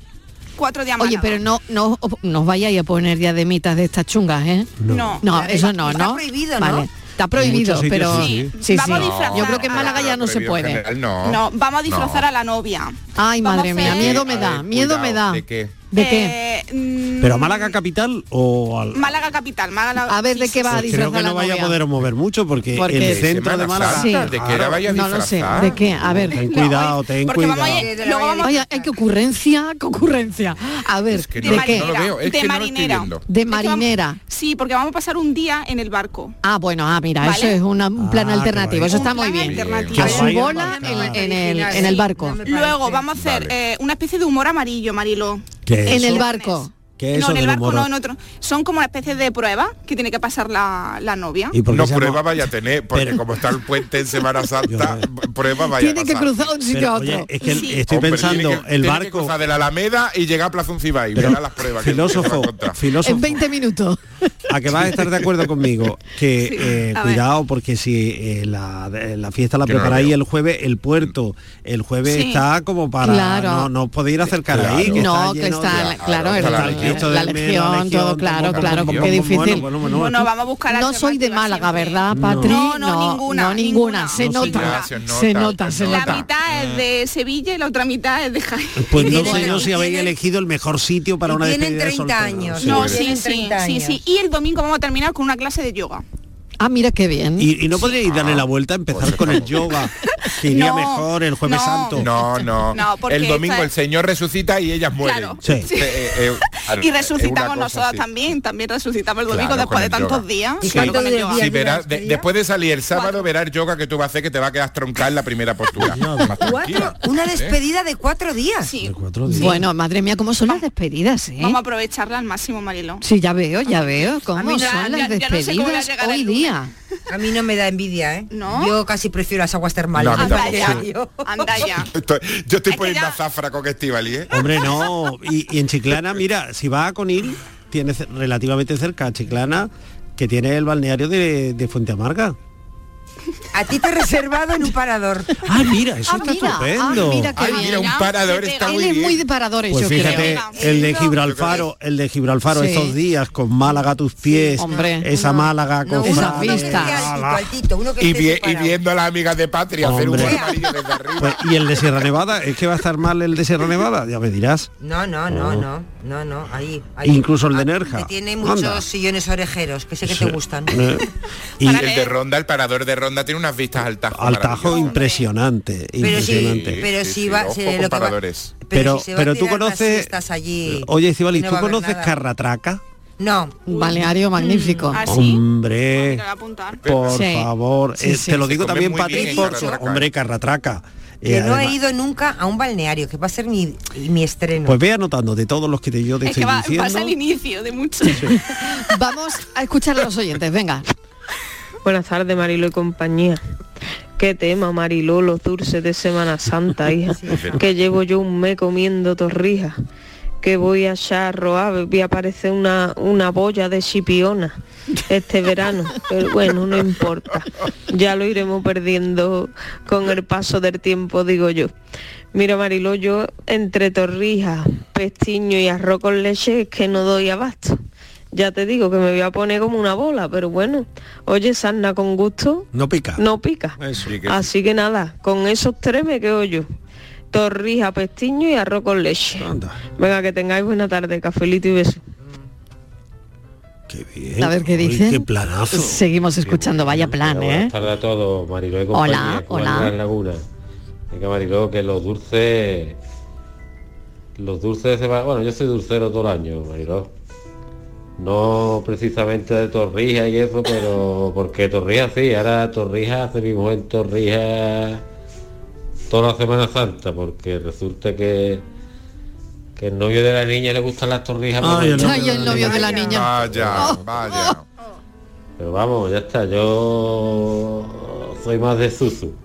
S8: Cuatro días a
S4: Oye,
S8: Málaga.
S4: pero no, no nos vayáis a poner ya de mitas de estas chungas, ¿eh?
S8: No.
S4: No,
S8: No.
S4: eso no,
S8: Está
S4: ¿no?
S8: prohibido, ¿no?
S4: vale. Está
S8: En
S4: prohibido,
S8: muchos sitios
S4: pero
S8: sí, sí.
S4: sí,
S8: Vamos
S4: sí.
S8: disfrazadas.
S4: Yo creo que en Málaga ya no se
S6: prohibido en
S4: puede.
S6: general, no.
S8: No, vamos a disfrazar
S6: No.
S8: a la novia.
S4: Ay, madre mía, miedo me da, miedo me da.
S6: ¿De qué?
S4: ¿De qué?
S8: Eh,
S5: Mm. ¿Pero a Málaga capital o al...?
S8: Málaga capital, Málaga.
S4: A ver de qué va a
S5: Pues creo
S4: disfrazar
S5: que
S4: la
S5: no vaya a
S4: novia?
S5: poder mover mucho porque,
S4: Porque-
S5: el centro
S6: Semana
S5: de Málaga...
S6: Santa, ¿de qué la vaya a
S4: no lo sé.
S6: disfrazar?
S4: ¿De qué? A ver.
S5: Ten cuidado, ten
S4: Porque
S5: cuidado.
S4: vamos a- luego vamos a- Oye, ay, qué ocurrencia, qué ocurrencia. A ver,
S5: que
S4: ¿de
S5: no-
S4: qué?
S5: no lo veo, es
S8: de
S5: que no lo estoy
S8: marinera.
S5: viendo.
S4: De
S8: Es que vamos-
S4: marinera.
S8: Sí, porque vamos a pasar un día en el barco.
S4: Ah, bueno, ah, mira,
S8: Vale.
S4: eso es una- un plan
S8: Ah, qué
S4: alternativo, eso
S8: guay.
S4: está
S8: Un
S4: muy
S8: plan
S4: bien.
S8: alternativo.
S4: A
S8: Que
S4: su
S8: vaya
S4: bola en, en el, en el barco.
S8: Luego vamos a hacer eh, una especie de humor amarillo, Marilo.
S5: ¿Qué es
S4: En el
S5: eso?
S4: barco.
S5: ¿Qué es
S8: no,
S5: eso
S8: en el
S5: del
S8: barco,
S5: humor?
S8: no, en otro. Son como una especie de prueba que tiene que pasar la, la novia.
S6: no prueba vaya a tener, porque como está el puente en Semana Santa, prueba vaya
S8: Tiene
S6: a
S8: que
S6: pasar.
S8: cruzar un sitio
S5: Pero, oye, es que estoy
S6: Hombre,
S5: pensando,
S6: tiene que-
S5: el
S6: tiene que
S5: barco...
S6: cruzar de la Alameda y llega a Plaza Uncibay, verá las pruebas. que-
S5: filósofo,
S4: En
S5: filósofo,
S4: 20 minutos.
S5: a que vas a estar de acuerdo conmigo, que eh,
S4: A ver.
S5: cuidado porque si eh, la, de- la fiesta la
S6: Yo no la
S5: preparáis el jueves, el puerto, el jueves
S4: Sí.
S5: está como para...
S4: Claro.
S5: No, no os podéis ir a acercar
S4: Claro.
S5: ahí. Que
S4: No,
S5: está
S4: que
S5: lleno
S4: está,
S5: de-
S4: claro, el-
S5: está
S4: el-
S5: el Cristo
S4: la
S5: del Medio,
S4: legión,
S5: la
S4: todo claro,
S5: como
S4: claro,
S5: Carmen
S4: qué
S5: Dios.
S4: difícil.
S5: Bueno, bueno, bueno,
S8: Bueno, vamos a buscar
S4: No soy de Málaga, ¿verdad, Ah, Patri?
S8: No, no, ninguna,
S4: no, ninguna. Se,
S8: ninguna.
S4: nota,
S8: No, se
S4: se
S8: nota,
S4: nota,
S8: se
S4: se nota,
S8: La mitad es de Sevilla y la otra mitad es de Jaén.
S5: Pues no sé
S8: Bueno.
S5: yo si habéis elegido el mejor sitio para una despedida de soltero. Sí. Pues,
S8: No, sí, sí, sí, sí. Y el domingo vamos a terminar con una clase de yoga.
S4: Ah, mira qué bien.
S5: Y, y no podríais darle la vuelta,
S6: Pues
S5: empezar con el yoga, que iría
S8: No,
S5: mejor el jueves
S8: no.
S5: santo.
S6: No, no.
S8: No, porque
S6: el domingo
S8: esta-
S6: el Señor resucita y ellas mueren.
S8: Claro.
S5: Sí.
S6: Eh, eh, eh, claro,
S8: Y
S6: es una
S8: resucitamos
S6: cosa
S8: nosotras
S6: así.
S8: también, también resucitamos el
S6: Claro,
S8: domingo después
S6: con
S8: de
S6: el
S8: tantos
S6: yoga.
S8: días.
S6: Sí.
S8: claro, con el yoga.
S6: Sí, verás, de- después de salir el sábado verás el yoga que tú vas a hacer que te va a quedar troncar en la primera postura. Más tranquila.
S7: Una
S6: ¿Eh?
S7: despedida de cuatro días.
S4: Bueno, madre mía, cómo son las despedidas, ¿eh?
S8: Vamos a aprovecharla al máximo, Marilo.
S4: Sí, ya veo, ya veo
S8: Ah,
S4: cómo
S7: mí ya-
S4: son
S7: ya-
S4: las
S7: ya no sé cómo voy a
S4: despedidas
S7: llegar
S4: hoy
S7: el
S4: día.
S7: A mí no me da envidia, ¿eh? Yo casi prefiero las aguas
S6: No,
S7: termales.
S6: a mí
S7: Anda
S6: tampoco.
S7: ya.
S8: Anda ya.
S6: Estoy- yo estoy poniendo azafra con Estivali, ¿eh?
S5: Hombre, no. Y, y en Chiclana, mira, si vas a Conil, tienes relativamente cerca a Chiclana, que tiene el balneario de, de Fuente Amarga.
S7: A ti te he reservado en un parador.
S5: Ah, mira, eso
S4: Ah,
S5: está
S4: mira,
S5: estupendo.
S4: ah, mira qué bien. Él es muy de paradores,
S5: Pues
S4: yo
S5: fíjate,
S4: creo.
S5: el de Gibralfaro, el de Gibralfaro
S4: Sí.
S5: estos días con Málaga a tus pies,
S4: Hombre.
S5: esa Málaga con
S4: Esa
S5: Fraga,
S6: vista.
S7: uno
S6: Y, vie- y viendo a las amigas de patria hacer un
S5: Hombre.
S6: buen amarillo desde arriba.
S5: pues, y el de Sierra Nevada, es que va a estar mal el de Sierra Nevada, ya me dirás.
S7: No, no, no, no, no, no, ahí. ahí.
S5: Incluso el de
S7: Que
S5: Nerja.
S7: tiene
S5: Anda.
S7: muchos sillones orejeros, que sé que te gustan.
S5: Eh,
S6: Y
S5: Y
S6: el de Ronda, el parador de Ronda tiene unas vistas al Tajo.
S5: al tajo impresionante,
S7: Pero sí,
S5: impresionante.
S7: pero sí, va-
S6: ojo
S7: sí,
S6: con
S7: lo que va-
S6: paradores.
S5: Pero,
S7: si se va a
S5: pero tú
S7: tirar las
S5: conoces.
S7: siestas allí,
S5: Oye, Cibali,
S7: no
S5: ¿tú
S7: va a haber
S5: conoces
S7: nada.
S5: Carratraca?
S7: No.
S4: Un balneario magnífico.
S5: Hombre. Por
S4: Sí.
S5: favor.
S4: Sí,
S5: Eh,
S4: sí.
S5: Te lo
S4: Se
S5: digo
S4: come
S5: también
S4: muy
S5: para
S4: bien
S5: ti,
S4: en
S5: por
S4: Carratraca,
S5: hombre, Carratraca. Eh,
S7: Que no he
S5: además-
S7: ido nunca a un balneario, que va a ser mi, mi estreno.
S5: Pues ve anotando de todos los que te- yo te
S7: Es
S5: estoy
S7: que va-
S5: diciendo.
S7: pasa el
S4: inicio de muchos. Vamos a escuchar a los oyentes, venga.
S16: Buenas tardes, Marilo y compañía. Qué tema, Marilo, los dulces de Semana Santa, hija. que llevo yo un mes comiendo torrijas. Que voy a charroar, voy a parecer una, una boya de chipiona este verano. Pero bueno, no importa. Ya lo iremos perdiendo con el paso del tiempo, digo yo. Mira, Marilo, yo entre torrijas, pestiño y arroz con leche es que no doy abasto. Ya te digo que me voy a poner como una bola, pero bueno. Oye, sarna con gusto.
S5: No pica. Ah,
S16: No pica.
S5: Eso.
S16: Así que nada, con esos tres me quedo yo. Torrija, pestiño y arroz con leche. Venga, que tengáis buena tarde, cafelito y beso.
S17: Eh,
S4: A ver ¿Eh? qué
S16: Uy,
S4: dicen.
S16: qué
S5: planazo.
S4: Seguimos escuchando, vaya plan, ¿eh?
S17: Buenas tardes a todos, Mariló y
S4: Hola,
S17: compañía. Juan de
S4: hola.
S17: las Lagunas. Venga, Mariló, que los dulces... Los dulces de Sema- Bueno, yo soy dulcero todo el año, Mariló. No precisamente de torrija y eso, pero... Porque torrija sí, ahora torrija servimos en torrija toda la Semana Santa, porque resulta que... Que el novio de la niña le gustan las torrijas.
S4: Ay,
S5: Ah,
S17: pero
S4: el
S17: no-
S4: novio Ay, el novio de la niña. Oh,
S17: Vaya, vaya. Pero vamos, ya está, yo soy más de Zuzu.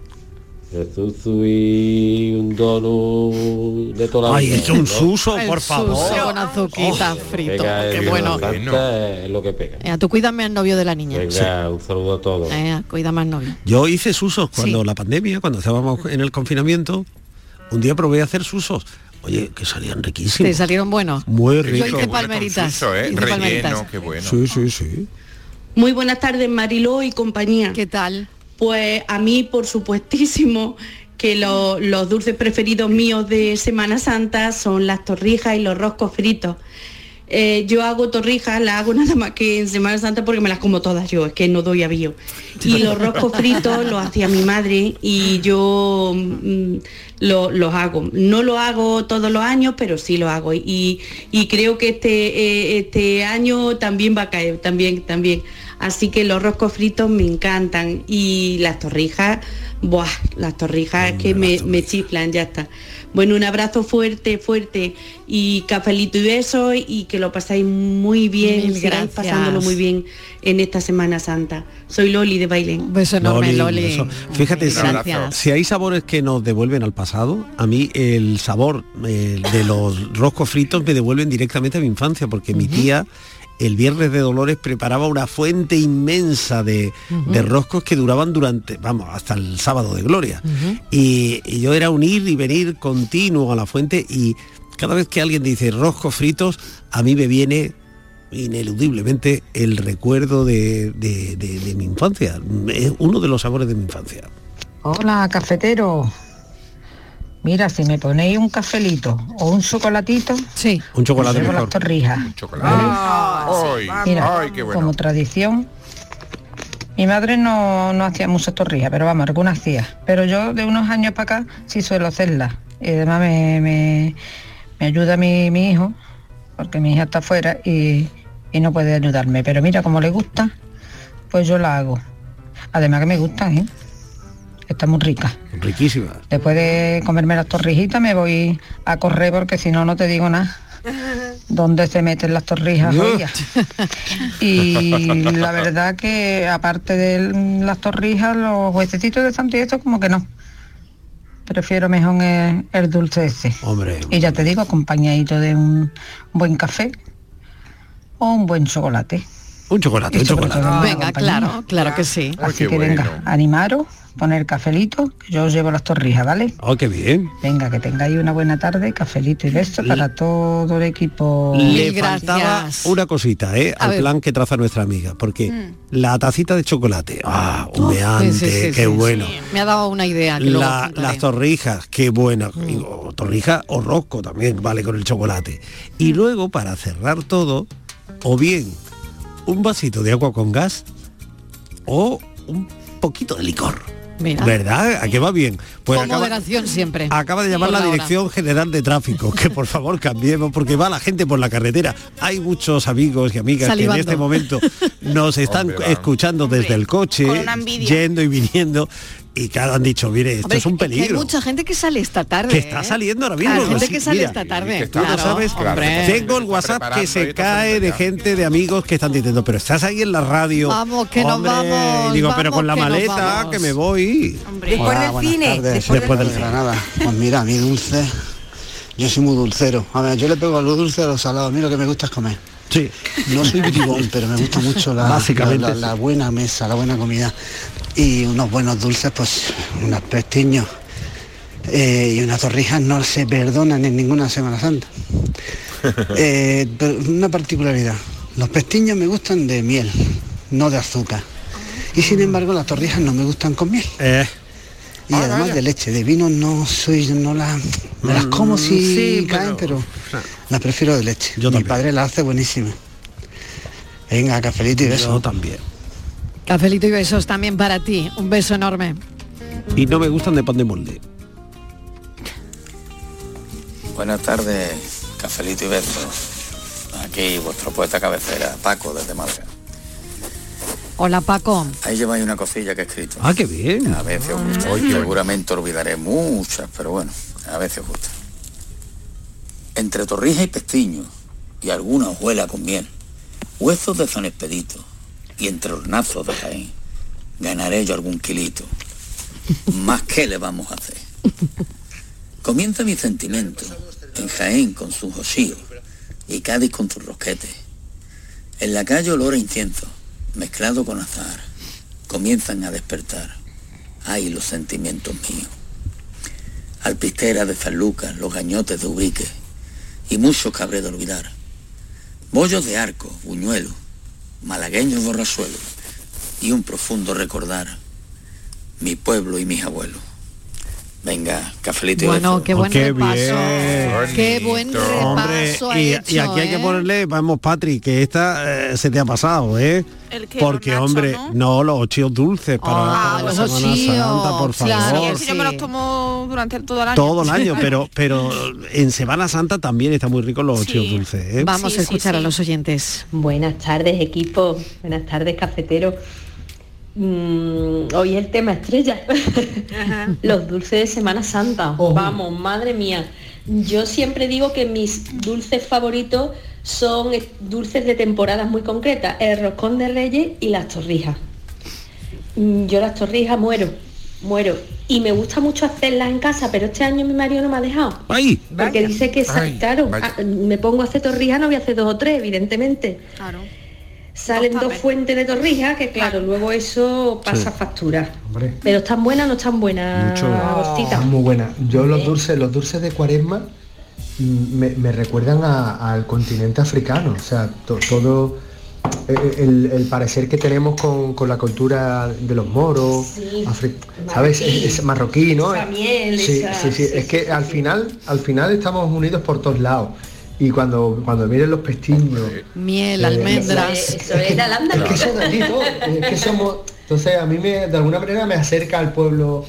S17: De Zuzu y un donut de toda la
S5: Ay,
S17: vida,
S5: es un
S17: ¿no?
S5: Suso, por favor.
S4: Suso con azuquita frito.
S17: Venga,
S4: Qué
S17: el
S4: bueno.
S17: Semana Santa es lo que pega.
S4: Eh, tú cuídame al novio de la niña.
S17: Venga, un saludo a todos.
S4: Eh, cuídame al novio.
S5: Yo hice susos cuando
S4: Sí.
S5: la pandemia, cuando estábamos en el confinamiento, un día probé a hacer susos. Oye, que salían riquísimos.
S4: Te salieron buenos.
S5: Muy ¿eh?
S4: Yo
S5: rico.
S4: hice palmeritas. hice palmeritas.
S6: qué bueno.
S5: Sí, sí, sí.
S18: Muy buenas tardes, Mariló y compañía. ¿Qué
S4: tal?
S18: Pues a mí, por supuestísimo, que lo- los dulces preferidos míos de Semana Santa son las torrijas y los roscos fritos. Eh, yo hago torrijas, las hago nada más que en Semana Santa porque me las como todas yo, es que no doy avío. Y los roscos fritos los hacía mi madre y yo mm, lo- los hago. No lo hago todos los años, pero sí lo hago. Y, y creo que este, eh, este año también va a caer, también, también. Así que los roscos fritos me encantan y las torrijas, buah, las torrijas que me, me chiflan, ya está. Bueno, un abrazo fuerte, fuerte y cafelito y besos y que lo pasáis muy bien,
S4: Mil
S18: sigáis
S4: gracias.
S18: pasándolo muy bien en esta Semana Santa. Soy Loli de Bailén.
S4: Beso enorme, Loli.
S5: eso. Fíjate, si,
S4: Gracias.
S5: si hay sabores que nos devuelven al pasado, a mí el sabor eh, de los roscos fritos me devuelven directamente a mi infancia, porque mi tía el viernes de Dolores preparaba una fuente inmensa de, de roscos que duraban durante, vamos, hasta el sábado de gloria. y, y yo era un ir y venir continuo a la fuente y cada vez que alguien dice roscos fritos, a mí me viene ineludiblemente el recuerdo de, de- de- de mi infancia. Es uno de los sabores de mi infancia.
S19: Hola, cafetero. Mira, si me ponéis un cafelito o un chocolatito,
S4: sí.
S5: Un chocolate mejor.
S19: las torrijas.
S6: Ay,
S19: Mira,
S6: ay, qué bueno.
S19: como tradición, mi madre no, no hacía muchas torrijas, pero vamos, algunas hacía. Pero yo de unos años para acá sí suelo hacerlas. Y además me, me- me ayuda mi, mi hijo, porque mi hija está afuera y, y no puede ayudarme. Pero mira, como le gusta, pues yo la hago. Además que me gustan, ¿eh? Está muy rica.
S5: Riquísima.
S19: Después de comerme las torrijitas me voy a correr porque si no, no te digo nada. ¿Dónde se meten las torrijas?
S20: Yo.
S19: oiga? Y la verdad que aparte de las torrijas, los huesecitos de santo y eso como que no. Prefiero mejor el, el dulce ese.
S5: Hombre.
S19: Y ya te digo, acompañadito de un buen café o un buen chocolate.
S5: Un chocolate, un
S19: Esto
S5: Ah,
S19: para
S5: chocolate.
S19: toda Ah, la
S4: Venga,
S19: compañía.
S4: claro, claro que sí.
S19: Así que venga, animaros, poner cafelito, que yo os llevo las torrijas, ¿vale?
S5: Oh, qué bien.
S19: Venga, que tengáis una buena tarde, cafelito y besos para todo el equipo.
S5: Le faltaba una cosita, ¿eh?
S19: A
S5: Al
S19: ver.
S5: plan que traza nuestra amiga, porque
S4: Mm.
S5: la tacita de chocolate, ah,
S4: Sí,
S5: humeante,
S4: sí, sí,
S5: qué
S4: sí,
S5: bueno.
S4: sí. Me ha dado una idea. que Mm. luego
S5: La-
S4: contaré.
S5: las torrijas, qué buenas. Y- o torrijas o rosco también, vale, con el chocolate.
S4: Mm.
S5: Y luego, para cerrar todo, o bien un vasito de agua con gas o un poquito de licor.
S4: Mira.
S5: ¿Verdad? ¿A qué va bien? Pues
S4: Con
S5: acaba,
S4: moderación siempre.
S5: acaba de llamar
S4: Por
S5: la
S4: hora.
S5: Dirección General de Tráfico, que por favor cambiemos, porque va la gente por la carretera. Hay muchos amigos y amigas que
S4: Salivando.
S5: en este momento nos están
S4: Hombre, va.
S5: escuchando desde el coche,
S4: con una envidia.
S5: yendo y viniendo, y claro, han dicho, mire, esto
S4: Hombre,
S5: es un
S4: que hay
S5: peligro.
S4: mucha gente que sale esta tarde.
S5: Que está
S4: ¿eh?
S5: saliendo ahora mismo.
S4: Hay gente
S5: Sí,
S4: que sale
S5: mira,
S4: esta
S5: y
S4: tarde.
S5: que está- tú no
S4: claro,
S5: sabes,
S4: hombre.
S5: tengo el WhatsApp que se cae de gente, de amigos que están diciendo, pero estás ahí en la radio.
S4: Vamos, que nos
S5: Hombre,
S4: vamos,
S5: y Digo, pero
S4: vamos,
S5: con la
S4: que nos
S5: maleta,
S4: vamos.
S5: que me voy.
S1: Hola, buenas tardes.
S5: Después, del cine.
S1: Granada. Pues mira, mi dulce, yo soy muy dulcero. A ver, yo le pego a lo dulce a los salados. A mí lo que me gusta es comer.
S5: Sí.
S1: No soy bribón, pero me gusta mucho la,
S5: Básicamente,
S1: la- la- la buena mesa, la buena comida. Y unos buenos dulces, pues unos pestiños eh, y unas torrijas no se perdonan en ninguna Semana Santa. Eh, pero una particularidad, los pestiños me gustan de miel, no de azúcar. Y
S5: Ah.
S1: sin embargo las torrijas no me gustan con miel.
S5: Eh.
S1: Y además de leche, de vino no soy, no las, me las como si
S5: Mm, Sí,
S1: caen,
S5: pero-
S1: pero, las prefiero de leche. Mi padre las hace buenísimas. Venga, cafelito y beso.
S5: Yo también.
S4: Cafelito y besos también para ti. Un beso enorme.
S5: Y no me gustan de pan de molde.
S21: Buenas tardes, cafelito y besos. Aquí vuestro poeta cabecera, Paco, desde Málaga.
S4: Hola Paco.
S21: Ahí lleváis una cosilla que he escrito.
S5: Ah, qué bien. Ah,
S21: A veces os gusta.
S5: Ay, qué
S21: Seguramente olvidaré muchas, pero bueno, a veces os gusta. Entre torrija y pestiño, y alguna hojuela con miel, huesos de San Expedito, y entre hornazos de Jaén, ganaré yo algún kilito. Más que le vamos a hacer. Comienza mi sentimiento en Jaén con sus osíos y Cádiz con sus rosquetes. En la calle olor a incienso, mezclado con azahar. Comienzan a despertar. Ay, los sentimientos míos. Alpistera de San Lucas, los gañotes de Ubrique y muchos que habré de olvidar. Bollos de arco, buñuelo, malagueños borrasuelos y un profundo recordar mi pueblo y mis abuelos. Venga, cafelito y
S4: Bueno,
S21: besos.
S4: Oh, qué buen
S5: Qué
S4: repaso.
S5: bien.
S4: Qué buen
S5: Hombre,
S4: repaso ha
S5: y,
S4: hecho,
S5: y aquí hay que
S4: ¿eh?
S5: ponerle, vamos, Patrick, que esta eh, se te ha pasado, ¿eh? Porque, hombre, ¿no? los ochillos dulces
S4: Ah,
S5: para, para
S8: los
S5: la Semana
S8: ochillos,
S5: Santa, por
S8: Sí,
S5: favor.
S8: es que yo me los tomo durante todo el año.
S5: Todo el año, pero pero en Semana Santa también está muy rico los ochillos dulces, ¿eh?
S4: Vamos a escuchar a los oyentes.
S10: Buenas tardes, equipo. Buenas tardes, cafetero. Mm, hoy el tema estrella. Los dulces de Semana Santa. Vamos, madre mía. Yo siempre digo que mis dulces favoritos son eh, dulces de temporadas muy concretas, el roscón de reyes y las torrijas. Mm, Yo las torrijas muero, muero. Y me gusta mucho hacerlas en casa, pero este año mi marido no me ha dejado.
S5: ¡Ay!
S10: Porque
S5: Vaya.
S10: dice que, sa-
S5: Ay,
S10: claro,
S5: vaya.
S10: ah, me pongo a hacer torrijas, no voy a hacer dos o tres, evidentemente. Salen dos fuentes de torrijas, que claro, luego eso pasa factura.
S22: Hombre.
S10: Pero están buenas o no están buenas, Agostita?
S22: Están muy buena. Yo los dulces, los dulces de cuaresma mm, me, me recuerdan a- al continente africano. O sea, to- todo eh, el, el parecer que tenemos con, con la cultura de los moros,
S10: Sí.
S22: afri- ¿sabes?
S10: Marroquí.
S22: Es, es marroquí, ¿no?
S10: Esa miel,
S22: sí,
S10: esa-
S22: sí, sí.
S10: sí,
S22: Es que al final, al final estamos unidos por todos lados. Y cuando, cuando miren los pestiños.
S4: Miel,
S22: eh,
S4: almendras.
S22: es que- es que son de allí todos, es eh, que somos- entonces a mí me, de alguna manera me acerca al pueblo,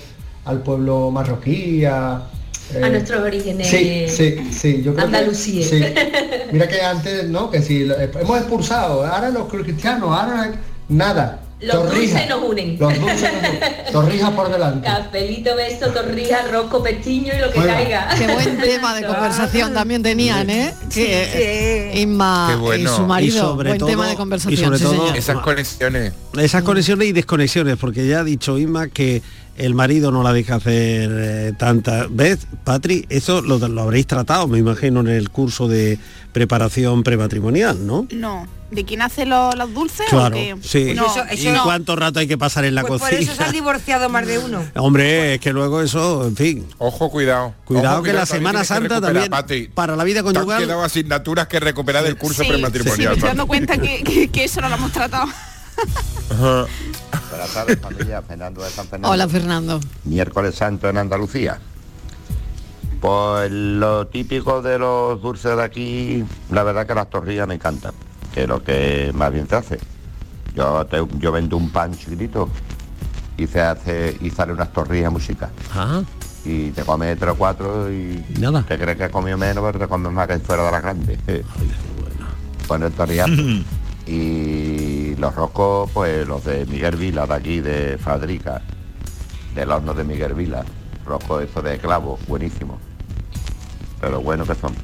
S22: al pueblo marroquí, a, eh,
S5: Ah.
S10: A nuestros orígenes.
S22: Sí, sí, sí, yo creo que-
S10: Andalucía.
S22: sí. Mira que antes, ¿no? Que si lo- eh, hemos expulsado, ahora los cristianos, ahora nada.
S10: Los
S22: torrijas,
S10: dulces nos unen.
S22: Los dulces nos unen. Torrijas por delante.
S10: Cafelito, beso, torrija, rosco, pestiño y lo que
S22: Bueno.
S10: caiga.
S4: Qué buen tema de conversación también tenían, ¿eh? Que
S8: Ah,
S4: Inma
S5: Qué bueno.
S4: y su marido.
S5: Y sobre
S4: buen
S5: todo-
S4: tema de conversación.
S5: y sobre
S4: sí,
S5: todo-
S4: señor.
S6: Esas conexiones.
S5: Esas conexiones y desconexiones, porque ya ha dicho Inma que el marido no la deja hacer eh, tantas. ¿Ves, Patri? Eso lo, lo habréis tratado, me imagino, en el curso de preparación prematrimonial, ¿no?
S8: No, de quién hace los, los dulces o
S5: Claro,
S8: qué?
S5: sí.
S8: No,
S5: ¿Y
S8: no.
S5: cuánto rato hay que pasar en la
S7: Pues por
S5: cocina?
S7: eso se han divorciado más de uno.
S5: Hombre, es que luego eso, en fin.
S6: Ojo, cuidado.
S5: Cuidado
S6: Ojo,
S5: que la
S6: todavía
S5: Semana
S6: tienes que
S5: Santa
S6: recuperar,
S5: también
S6: Patri.
S5: para la vida
S6: Te has
S5: conyugal.
S6: quedado asignaturas que recuperar del curso prematrimonial.
S8: sí, me estoy dando
S6: Patri.
S8: cuenta que, que- que eso no lo hemos tratado.
S6: Ajá.
S12: Buenas tardes, familia. Fernando de San Fernando.
S4: Hola Fernando.
S12: Miércoles Santo en Andalucía. Pues lo típico de los dulces de aquí, la verdad que las torrillas me encantan, que es lo que más bien se hace. Yo, te- yo vendo un pan chiquitito y se hace y sale unas torrillas música.
S17: Ah.
S12: Y te comes tres o cuatro y Nada. te crees que has comido menos, pero te comes más que fuera de las grandes. Bueno, el torrillazo. y los roscos, pues los de Miguel Vila, de aquí, de Fadrica, del horno de Miguel Vila. Rosco eso de clavo, buenísimo. Pero bueno que son.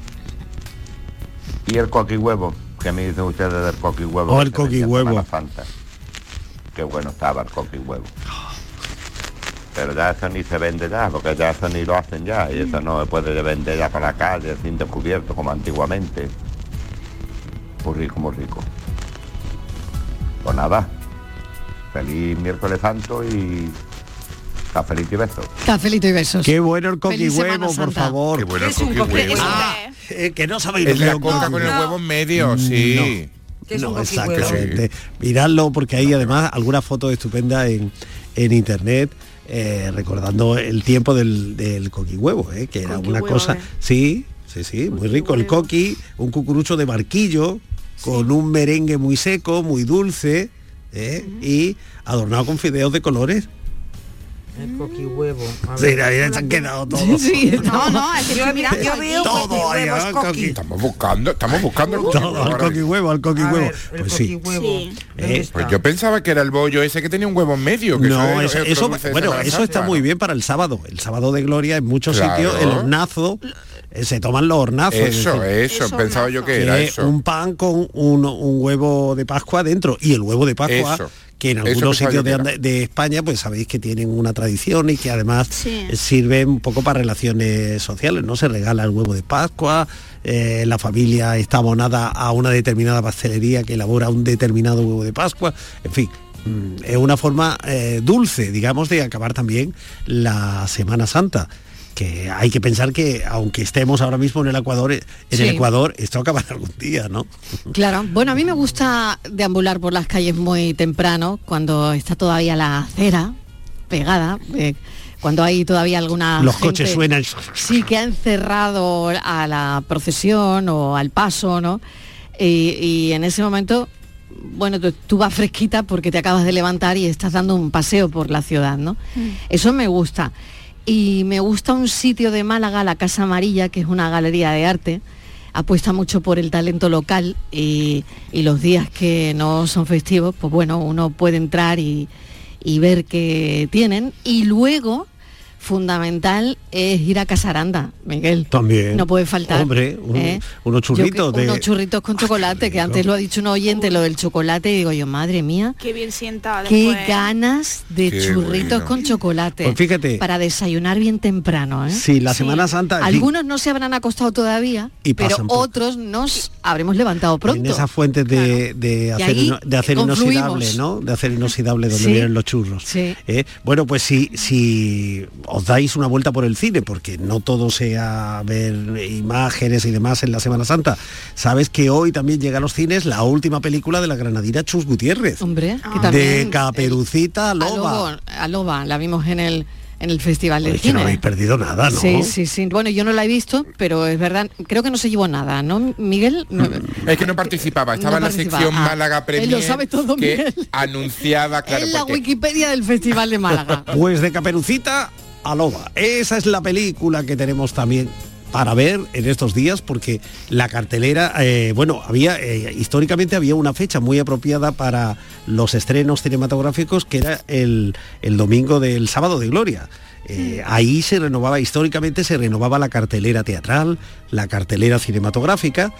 S12: Y el coqui huevo, que me dicen ustedes del coqui huevo.
S5: Oh,
S12: que
S5: el
S12: se vende en
S5: coquihuevo.
S12: Semana Santa. Qué bueno estaba el coqui huevo. Pero ya eso ni se vende ya, porque ya eso ni lo hacen ya, y eso no se puede vender ya para la calle, sin descubierto, como antiguamente. Muy rico, muy rico. Pues nada, feliz miércoles santo y cafelito y besos.
S4: Cafelito y besos.
S5: Qué bueno el
S4: Feliz Semana
S5: coquihuevo, por
S4: Santa.
S5: favor.
S6: Qué bueno el Es un coquihuevo. coquihuevo.
S5: Ah, eh, que no sabéis lo
S6: Es
S5: que
S6: la
S5: un
S6: coca con el
S5: coquihuevo.
S6: huevo en medio, sí.
S5: No,
S6: un
S5: no,
S6: coquihuevo.
S5: exactamente. Miradlo porque hay además algunas fotos estupendas en, en internet. eh, recordando el tiempo del, del coquihuevo, eh, que era una
S23: Coquihuevo,
S5: cosa,
S23: eh.
S5: sí, sí, sí, muy rico, el coqui, un cucurucho de marquillo, con un merengue muy seco, muy dulce, eh, y adornado con fideos de colores.
S7: El coquihuevo. A
S5: Sí,
S7: ver.
S5: ahí se han quedado todos.
S8: No, no, es que
S7: Yo-
S8: estoy mirando
S7: yo
S8: aquí.
S7: veo
S8: Todo,
S7: coquihuevos,
S8: ahí va,
S7: coqui.
S6: Estamos buscando, estamos buscando el
S5: Todo, al coquihuevo, al coquihuevo. Pues sí.
S8: Sí.
S5: Eh,
S6: Pues yo pensaba que era el bollo ese que tenía un huevo en medio. Que
S5: No,
S6: eso,
S5: eso,
S6: es otro
S5: eso-
S6: dulce de
S5: bueno,
S6: Semana
S5: eso está
S6: Santa.
S5: muy bien para el sábado. El sábado de gloria en muchos
S6: Claro.
S5: sitios, el hornazo, eh, se toman los hornazos. es
S6: Eso,
S5: decir,
S6: eso, pensaba yo que era
S5: que
S6: eso.
S5: Un pan con un, un huevo de Pascua dentro y el huevo de Pascua.
S6: Eso.
S5: que en
S6: Eso
S5: algunos
S6: pensaba yo
S5: sitios
S6: que
S5: de,
S6: era.
S5: Anda- de España, pues sabéis que tienen una tradición y que además
S6: Sí.
S5: eh, sirven un poco para relaciones sociales, ¿no? Se regala el huevo de Pascua, eh, la familia está abonada a una determinada pastelería que elabora un determinado huevo de Pascua, en fin. mm, Es una forma eh, dulce, digamos, de acabar también la Semana Santa. Que hay que pensar que aunque estemos ahora mismo en el Ecuador, en
S4: Sí.
S5: el Ecuador, esto acabará algún día, ¿no?
S4: Claro, bueno, a mí me gusta deambular por las calles muy temprano, cuando está todavía la acera pegada, eh, cuando hay todavía alguna...
S5: Los
S4: gente-
S5: coches suenan.
S4: Sí, que ha encerrado a la procesión o al paso, ¿no? Y, y en ese momento, bueno, tú, tú vas fresquita porque te acabas de levantar y estás dando un paseo por la ciudad, ¿no? Eso me gusta. Y me gusta un sitio de Málaga, la Casa Amarilla, que es una galería de arte. Apuesta mucho por el talento local y, y los días que no son festivos, pues bueno, uno puede entrar y, y ver qué tienen. Y luego, fundamental es ir a Casaranda, Miguel.
S5: También.
S4: No puede faltar.
S5: Hombre, un-
S4: ¿eh?
S5: unos
S4: Yo
S5: churritos
S4: que-
S5: de.
S4: Unos churritos con chocolate, que antes lo ha dicho un oyente, lo del chocolate, y digo yo, madre mía,
S8: Qué bien sienta
S4: qué
S8: después.
S4: ganas de
S5: Qué
S4: churritos
S5: bueno.
S4: con chocolate.
S5: Pues fíjate.
S4: Para desayunar bien temprano, ¿eh?
S5: Sí, la Semana Santa, en fin.
S4: Algunos no se habrán acostado todavía,
S5: Y
S4: pero
S5: pasan por-
S4: otros nos habremos levantado pronto.
S5: En esas fuentes de, de
S4: Y
S5: acero,
S4: ahí
S5: ino- de acero
S4: confluimos.
S5: inoxidable, ¿no? De acero inoxidable donde
S4: Sí.
S5: vienen los churros.
S4: Sí.
S5: ¿eh? Bueno, pues si, si os dais una vuelta por el cine, porque no todo sea ver imágenes y demás en la Semana Santa, sabes que hoy también llega a los cines la última película de la granadina Chus Gutiérrez. Ah.
S4: Hombre, que
S5: de
S4: también...
S5: Caperucita
S4: a
S5: Loba.
S4: Lobo- a Loba, la vimos en el, en el Festival del
S5: Es que no
S4: Cine.
S5: habéis perdido nada, ¿no?
S4: Sí, sí, sí. Bueno, yo no la he visto, pero es verdad, creo que no se llevó nada, ¿no, Miguel?
S5: Mm,
S4: No-
S6: Es que no participaba, estaba
S4: No
S6: en la
S4: participaba.
S6: sección
S4: Ah,
S6: Málaga
S4: él lo
S6: Premier
S4: sabe todo,
S6: que
S4: Miguel.
S6: anunciaba, claro,
S4: en la
S6: porque
S4: Wikipedia del Festival de Málaga.
S5: Pues de Caperucita a Loba. Esa es la película que tenemos también para ver en estos días porque la cartelera eh, bueno había eh, históricamente había una fecha muy apropiada para los estrenos cinematográficos que era el, el domingo del sábado de gloria Eh, ahí se renovaba históricamente se renovaba la cartelera teatral la cartelera cinematográfica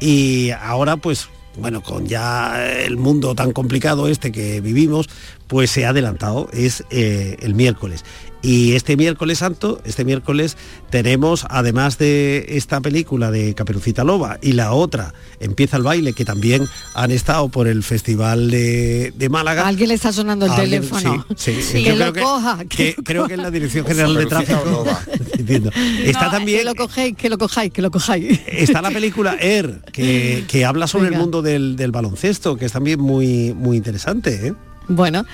S5: y ahora pues bueno, con ya el mundo tan complicado este que vivimos, pues se ha adelantado, es eh, el miércoles. Y este miércoles santo, este miércoles tenemos, además de esta película de Caperucita Loba y la otra, Empieza el baile, que también han estado por el Festival de, de Málaga.
S4: Alguien le está sonando el
S5: Alguien-
S4: teléfono.
S5: sí, sí, sí.
S4: Que
S5: Yo
S4: lo
S5: creo que-
S4: coja.
S5: que-
S4: lo
S5: creo
S4: coja.
S5: que es la Dirección General de
S4: Caperucita
S5: Tráfico. Entiendo. Está
S4: No,
S5: también
S4: Que lo cogéis, que lo cojáis, que lo cojáis.
S5: está la película Air, que, que habla sobre
S4: Venga.
S5: el mundo del, del baloncesto, que es también muy, muy interesante. ¿eh?
S4: Bueno,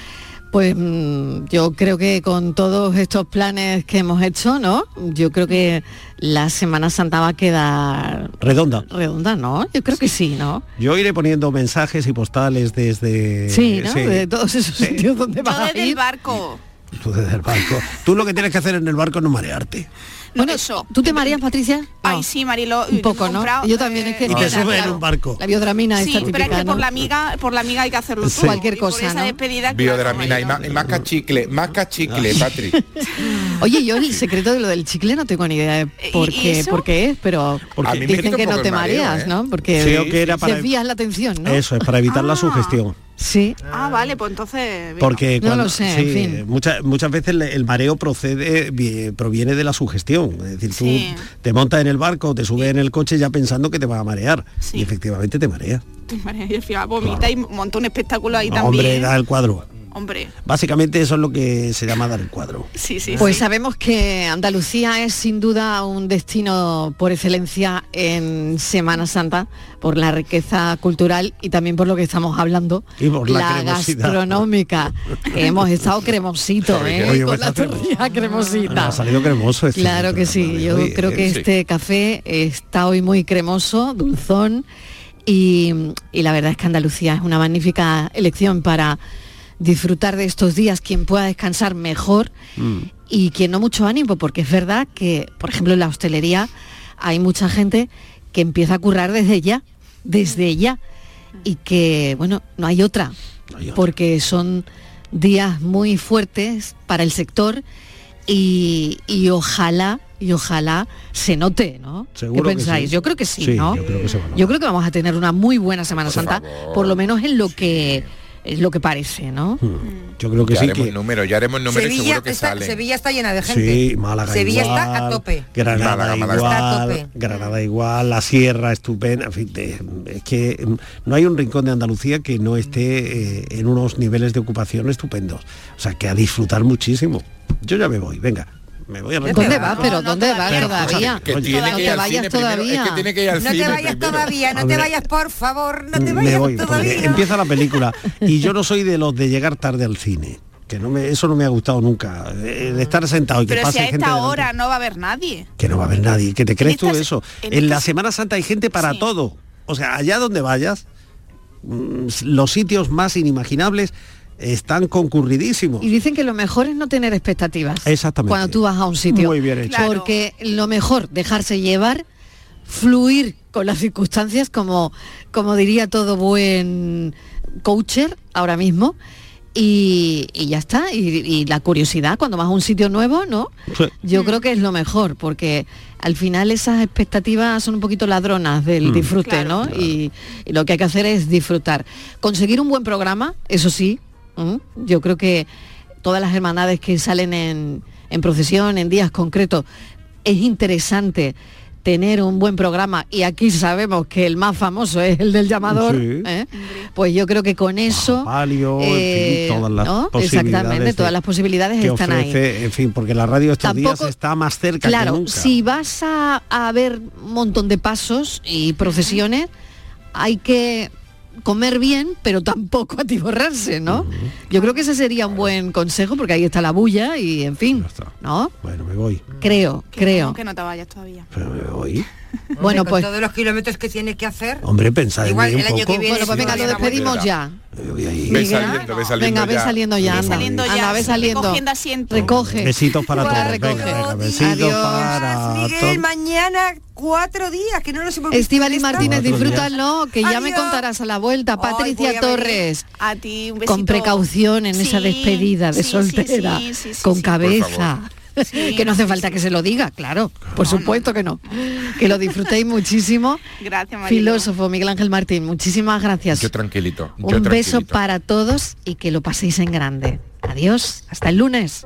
S4: pues mm, yo creo que con todos estos planes que hemos hecho, ¿no? Yo creo que la Semana Santa va a quedar
S5: Redonda.
S4: redonda, ¿no? Yo creo que sí, ¿no?
S5: Yo iré poniendo mensajes y postales desde...
S4: Sí, ¿no?
S5: sí,
S4: De todos esos sitios donde vas
S8: Yo
S4: a
S8: desde el
S4: ir.
S8: barco.
S5: tú desde el barco. Tú lo que tienes que hacer en el barco es no marearte.
S4: Bueno, ¿tú te mareas, Patricia? Ah.
S8: Ay, sí, Marilo.
S4: Un poco, ¿no? Yo también es que...
S5: Y te subes en
S4: claro,
S5: un barco. Pues,
S4: La biodramina
S8: Sí,
S4: está
S8: pero es que
S4: típica,
S8: por
S4: ¿no?
S8: la amiga, por la amiga hay que hacerlo
S5: Sí.
S8: tú.
S5: Cualquier
S8: Y por
S4: cosa,
S8: esa
S4: ¿no?
S8: despedida que
S6: Biodramina y más, y más cachicle, más cachicle,
S5: Ah.
S6: Patri.
S4: Oye, yo el secreto de lo del chicle no tengo ni idea de por
S8: ¿Y- y
S4: qué,
S8: eso?
S4: por qué es, pero
S5: Porque- A mí me
S4: dicen
S5: quita un
S4: que
S5: poco
S4: no
S5: el
S4: te
S5: mareo,
S4: mareas,
S5: ¿eh?
S4: ¿no? Porque
S5: Creo que era para-
S4: desvías la atención, ¿no? Ah,
S5: Eso es para evitar la sugestión.
S4: Sí.
S8: Ah, vale, pues entonces...
S5: Porque
S4: No
S5: cuando-
S4: lo sé,
S5: sí,
S4: en fin.
S5: muchas, muchas veces le- el mareo procede, vi- proviene de la sugestión. Es decir,
S8: Sí.
S5: tú te montas en el barco, te subes en el coche ya pensando que te vas a marear. Y efectivamente te mareas.
S8: María, y al final vomita y monta un espectáculo ahí
S5: Hombre,
S8: también.
S5: da el cuadro.
S8: Hombre,
S5: Básicamente eso es lo que se llama dar el cuadro. Ah.
S8: sí, sí.
S4: Pues
S8: sí.
S4: sabemos que Andalucía es sin duda un destino por excelencia en Semana Santa, por la riqueza cultural y también por lo que estamos hablando,
S5: Y por la cremosidad.
S4: gastronómica. Hemos estado cremosito, ¿eh?
S5: Oye,
S4: Con
S5: pues
S4: la
S5: está
S4: torrija cremosita.
S5: Ha salido cremoso este.
S4: Claro que sí, yo
S5: hoy,
S4: creo
S5: eh,
S4: que
S5: sí.
S4: este café está hoy muy cremoso, dulzón y, y la verdad es que Andalucía es una magnífica elección para disfrutar de estos días, quien pueda descansar mejor
S1: Mm.
S4: y quien no mucho ánimo, porque es verdad que, por ejemplo, en la hostelería hay mucha gente que empieza a currar desde ya, desde ya, y que, bueno, no hay otra, porque son días muy fuertes para el sector y, y ojalá, y ojalá se note, ¿no?
S5: Seguro
S4: ¿Qué
S5: que
S4: pensáis?
S5: sí.
S4: Yo creo que sí,
S5: Sí,
S4: ¿no?
S5: yo creo que se va a
S4: Yo creo que vamos a tener una muy buena Semana Santa, por lo menos en lo que es lo que parece, ¿no?
S5: Yo creo que
S6: ya
S5: sí.
S6: haremos
S5: que-
S6: números, ya haremos números y
S7: Sevilla
S6: seguro que
S7: está,
S6: salen.
S7: Sevilla está llena de gente.
S5: Sí, Málaga
S7: Sevilla
S5: igual,
S7: está a tope.
S5: Granada
S6: Málaga, Málaga.
S7: Está a
S5: igual,
S7: tope.
S5: Granada igual, la sierra estupenda, en fin, te- es que mm, no hay un rincón de Andalucía que no esté eh, en unos niveles de ocupación estupendos. O sea, que a disfrutar muchísimo. Yo ya me voy, venga, me voy a
S4: ¿Dónde
S5: recuperar.
S4: vas? Pero ¿dónde vas todavía?
S5: escúchame, que tiene
S4: no
S5: que ir
S4: te
S5: al
S4: vayas
S5: cine primero,
S4: todavía.
S5: es que tiene que ir al
S7: No te
S5: cine
S7: vayas
S5: primero.
S7: todavía, no te
S5: Hombre.
S7: vayas, por favor, no te
S5: Mm, me
S7: vayas
S5: voy, porque
S7: todavía.
S5: empieza la película y yo no soy de los de llegar tarde al cine. Que no me, eso no me ha gustado nunca, eh, de estar sentado y que
S8: Pero
S5: pase
S8: si a
S5: gente
S8: esta
S5: delante.
S8: hora no va a haber nadie.
S5: que no va a haber nadie, que te crees tú eso.
S8: en
S5: En, la Semana Santa hay gente para todo. O sea, allá donde vayas, mm, los sitios más inimaginables están concurridísimos.
S4: Y dicen que lo mejor es no tener expectativas.
S5: Exactamente.
S4: Cuando tú vas a un sitio.
S5: Muy bien hecho. Claro.
S4: Porque lo mejor, dejarse llevar, fluir con las circunstancias, como, como diría todo buen coacher ahora mismo. Y, y ya está. Y, y la curiosidad, cuando vas a un sitio nuevo, ¿no? Yo creo que es lo mejor, porque al final esas expectativas son un poquito ladronas del
S23: Mm.
S4: disfrute, ¿no? Y, y lo que hay que hacer es disfrutar. Conseguir un buen programa, eso sí. ¿m? Yo creo que todas las hermandades que salen en, en procesión, en días concretos, es interesante tener un buen programa y aquí sabemos que el más famoso es el del llamador
S5: Sí.
S4: ¿eh? pues yo creo que con eso
S5: palio, en fin, todas las
S4: Eh, ¿no?
S5: posibilidades
S4: exactamente
S5: de-
S4: todas las posibilidades
S5: que
S4: están ahí
S5: ofrece, en fin, porque la radio estos
S4: Tampoco-
S5: días está más cerca
S4: Claro,
S5: que nunca.
S4: si vas a, a ver un montón de pasos y procesiones, hay que comer bien, pero tampoco atiborrarse, ¿no? Yo creo que ese sería un buen consejo, porque ahí está la bulla y, en fin, ¿no?
S5: Bueno, me voy.
S4: Creo, creo.
S8: Que no te vayas todavía.
S5: Pero me voy.
S4: Bueno,
S7: con
S4: pues-
S7: todos los kilómetros que tienes que hacer.
S5: Hombre, pensad en mí un poco.
S4: bueno, pues venga, lo despedimos ya.
S6: Ve saliendo, ve saliendo
S4: Venga, ve
S6: ya.
S4: saliendo ya, anda.
S8: saliendo ya,
S4: Anda, ve saliendo.
S8: recogiendo asiento.
S4: Recoge.
S5: Besitos para todos. Venga, venga, besitos
S4: Adiós.
S5: para
S7: Miguel,
S5: todos.
S7: mañana cuatro días, que no nos hemos
S4: Estivali Martínez,
S5: Otro día.
S4: disfrútalo, que ya me
S7: Adiós.
S4: contarás a la vuelta.
S7: voy
S4: Patricia
S7: a venir.
S4: Torres.
S8: A ti un besito.
S4: con precaución en esa
S8: Sí,
S4: despedida
S8: sí,
S4: de
S8: sí,
S4: soltera,
S8: sí, sí, sí,
S4: con
S8: sí.
S4: cabeza. que no hace falta que se lo diga, claro, por supuesto que no. Que lo disfrutéis muchísimo.
S8: Gracias, María.
S4: Filósofo Miguel Ángel Martín, muchísimas gracias.
S6: Yo tranquilito. yo
S4: Un beso
S6: tranquilito.
S4: para todos y que lo paséis en grande. Adiós, hasta el lunes.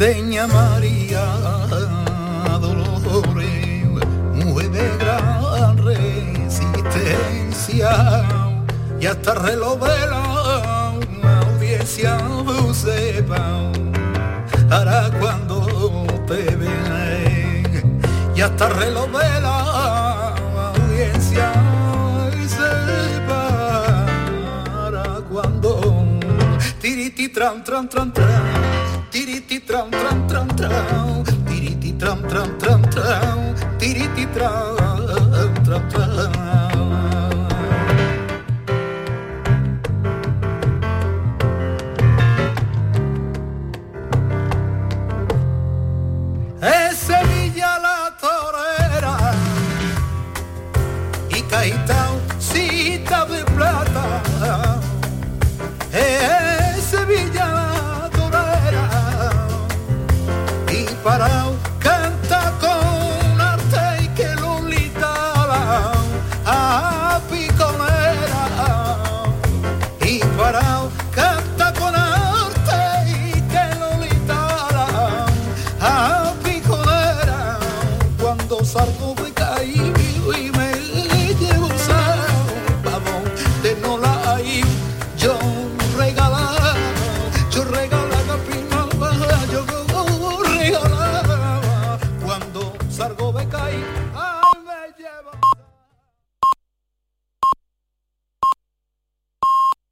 S23: llamaría Dolores, mujer de gran resistencia, y hasta el reloj de la audiencia lo sepa, hará cuando te vean, y hasta el reloj de la audiencia sepa, hará cuando tiriti tram tram tram tram tiriti tram tram tram tram tiriti tram tram tram tram tiriti tram tram tram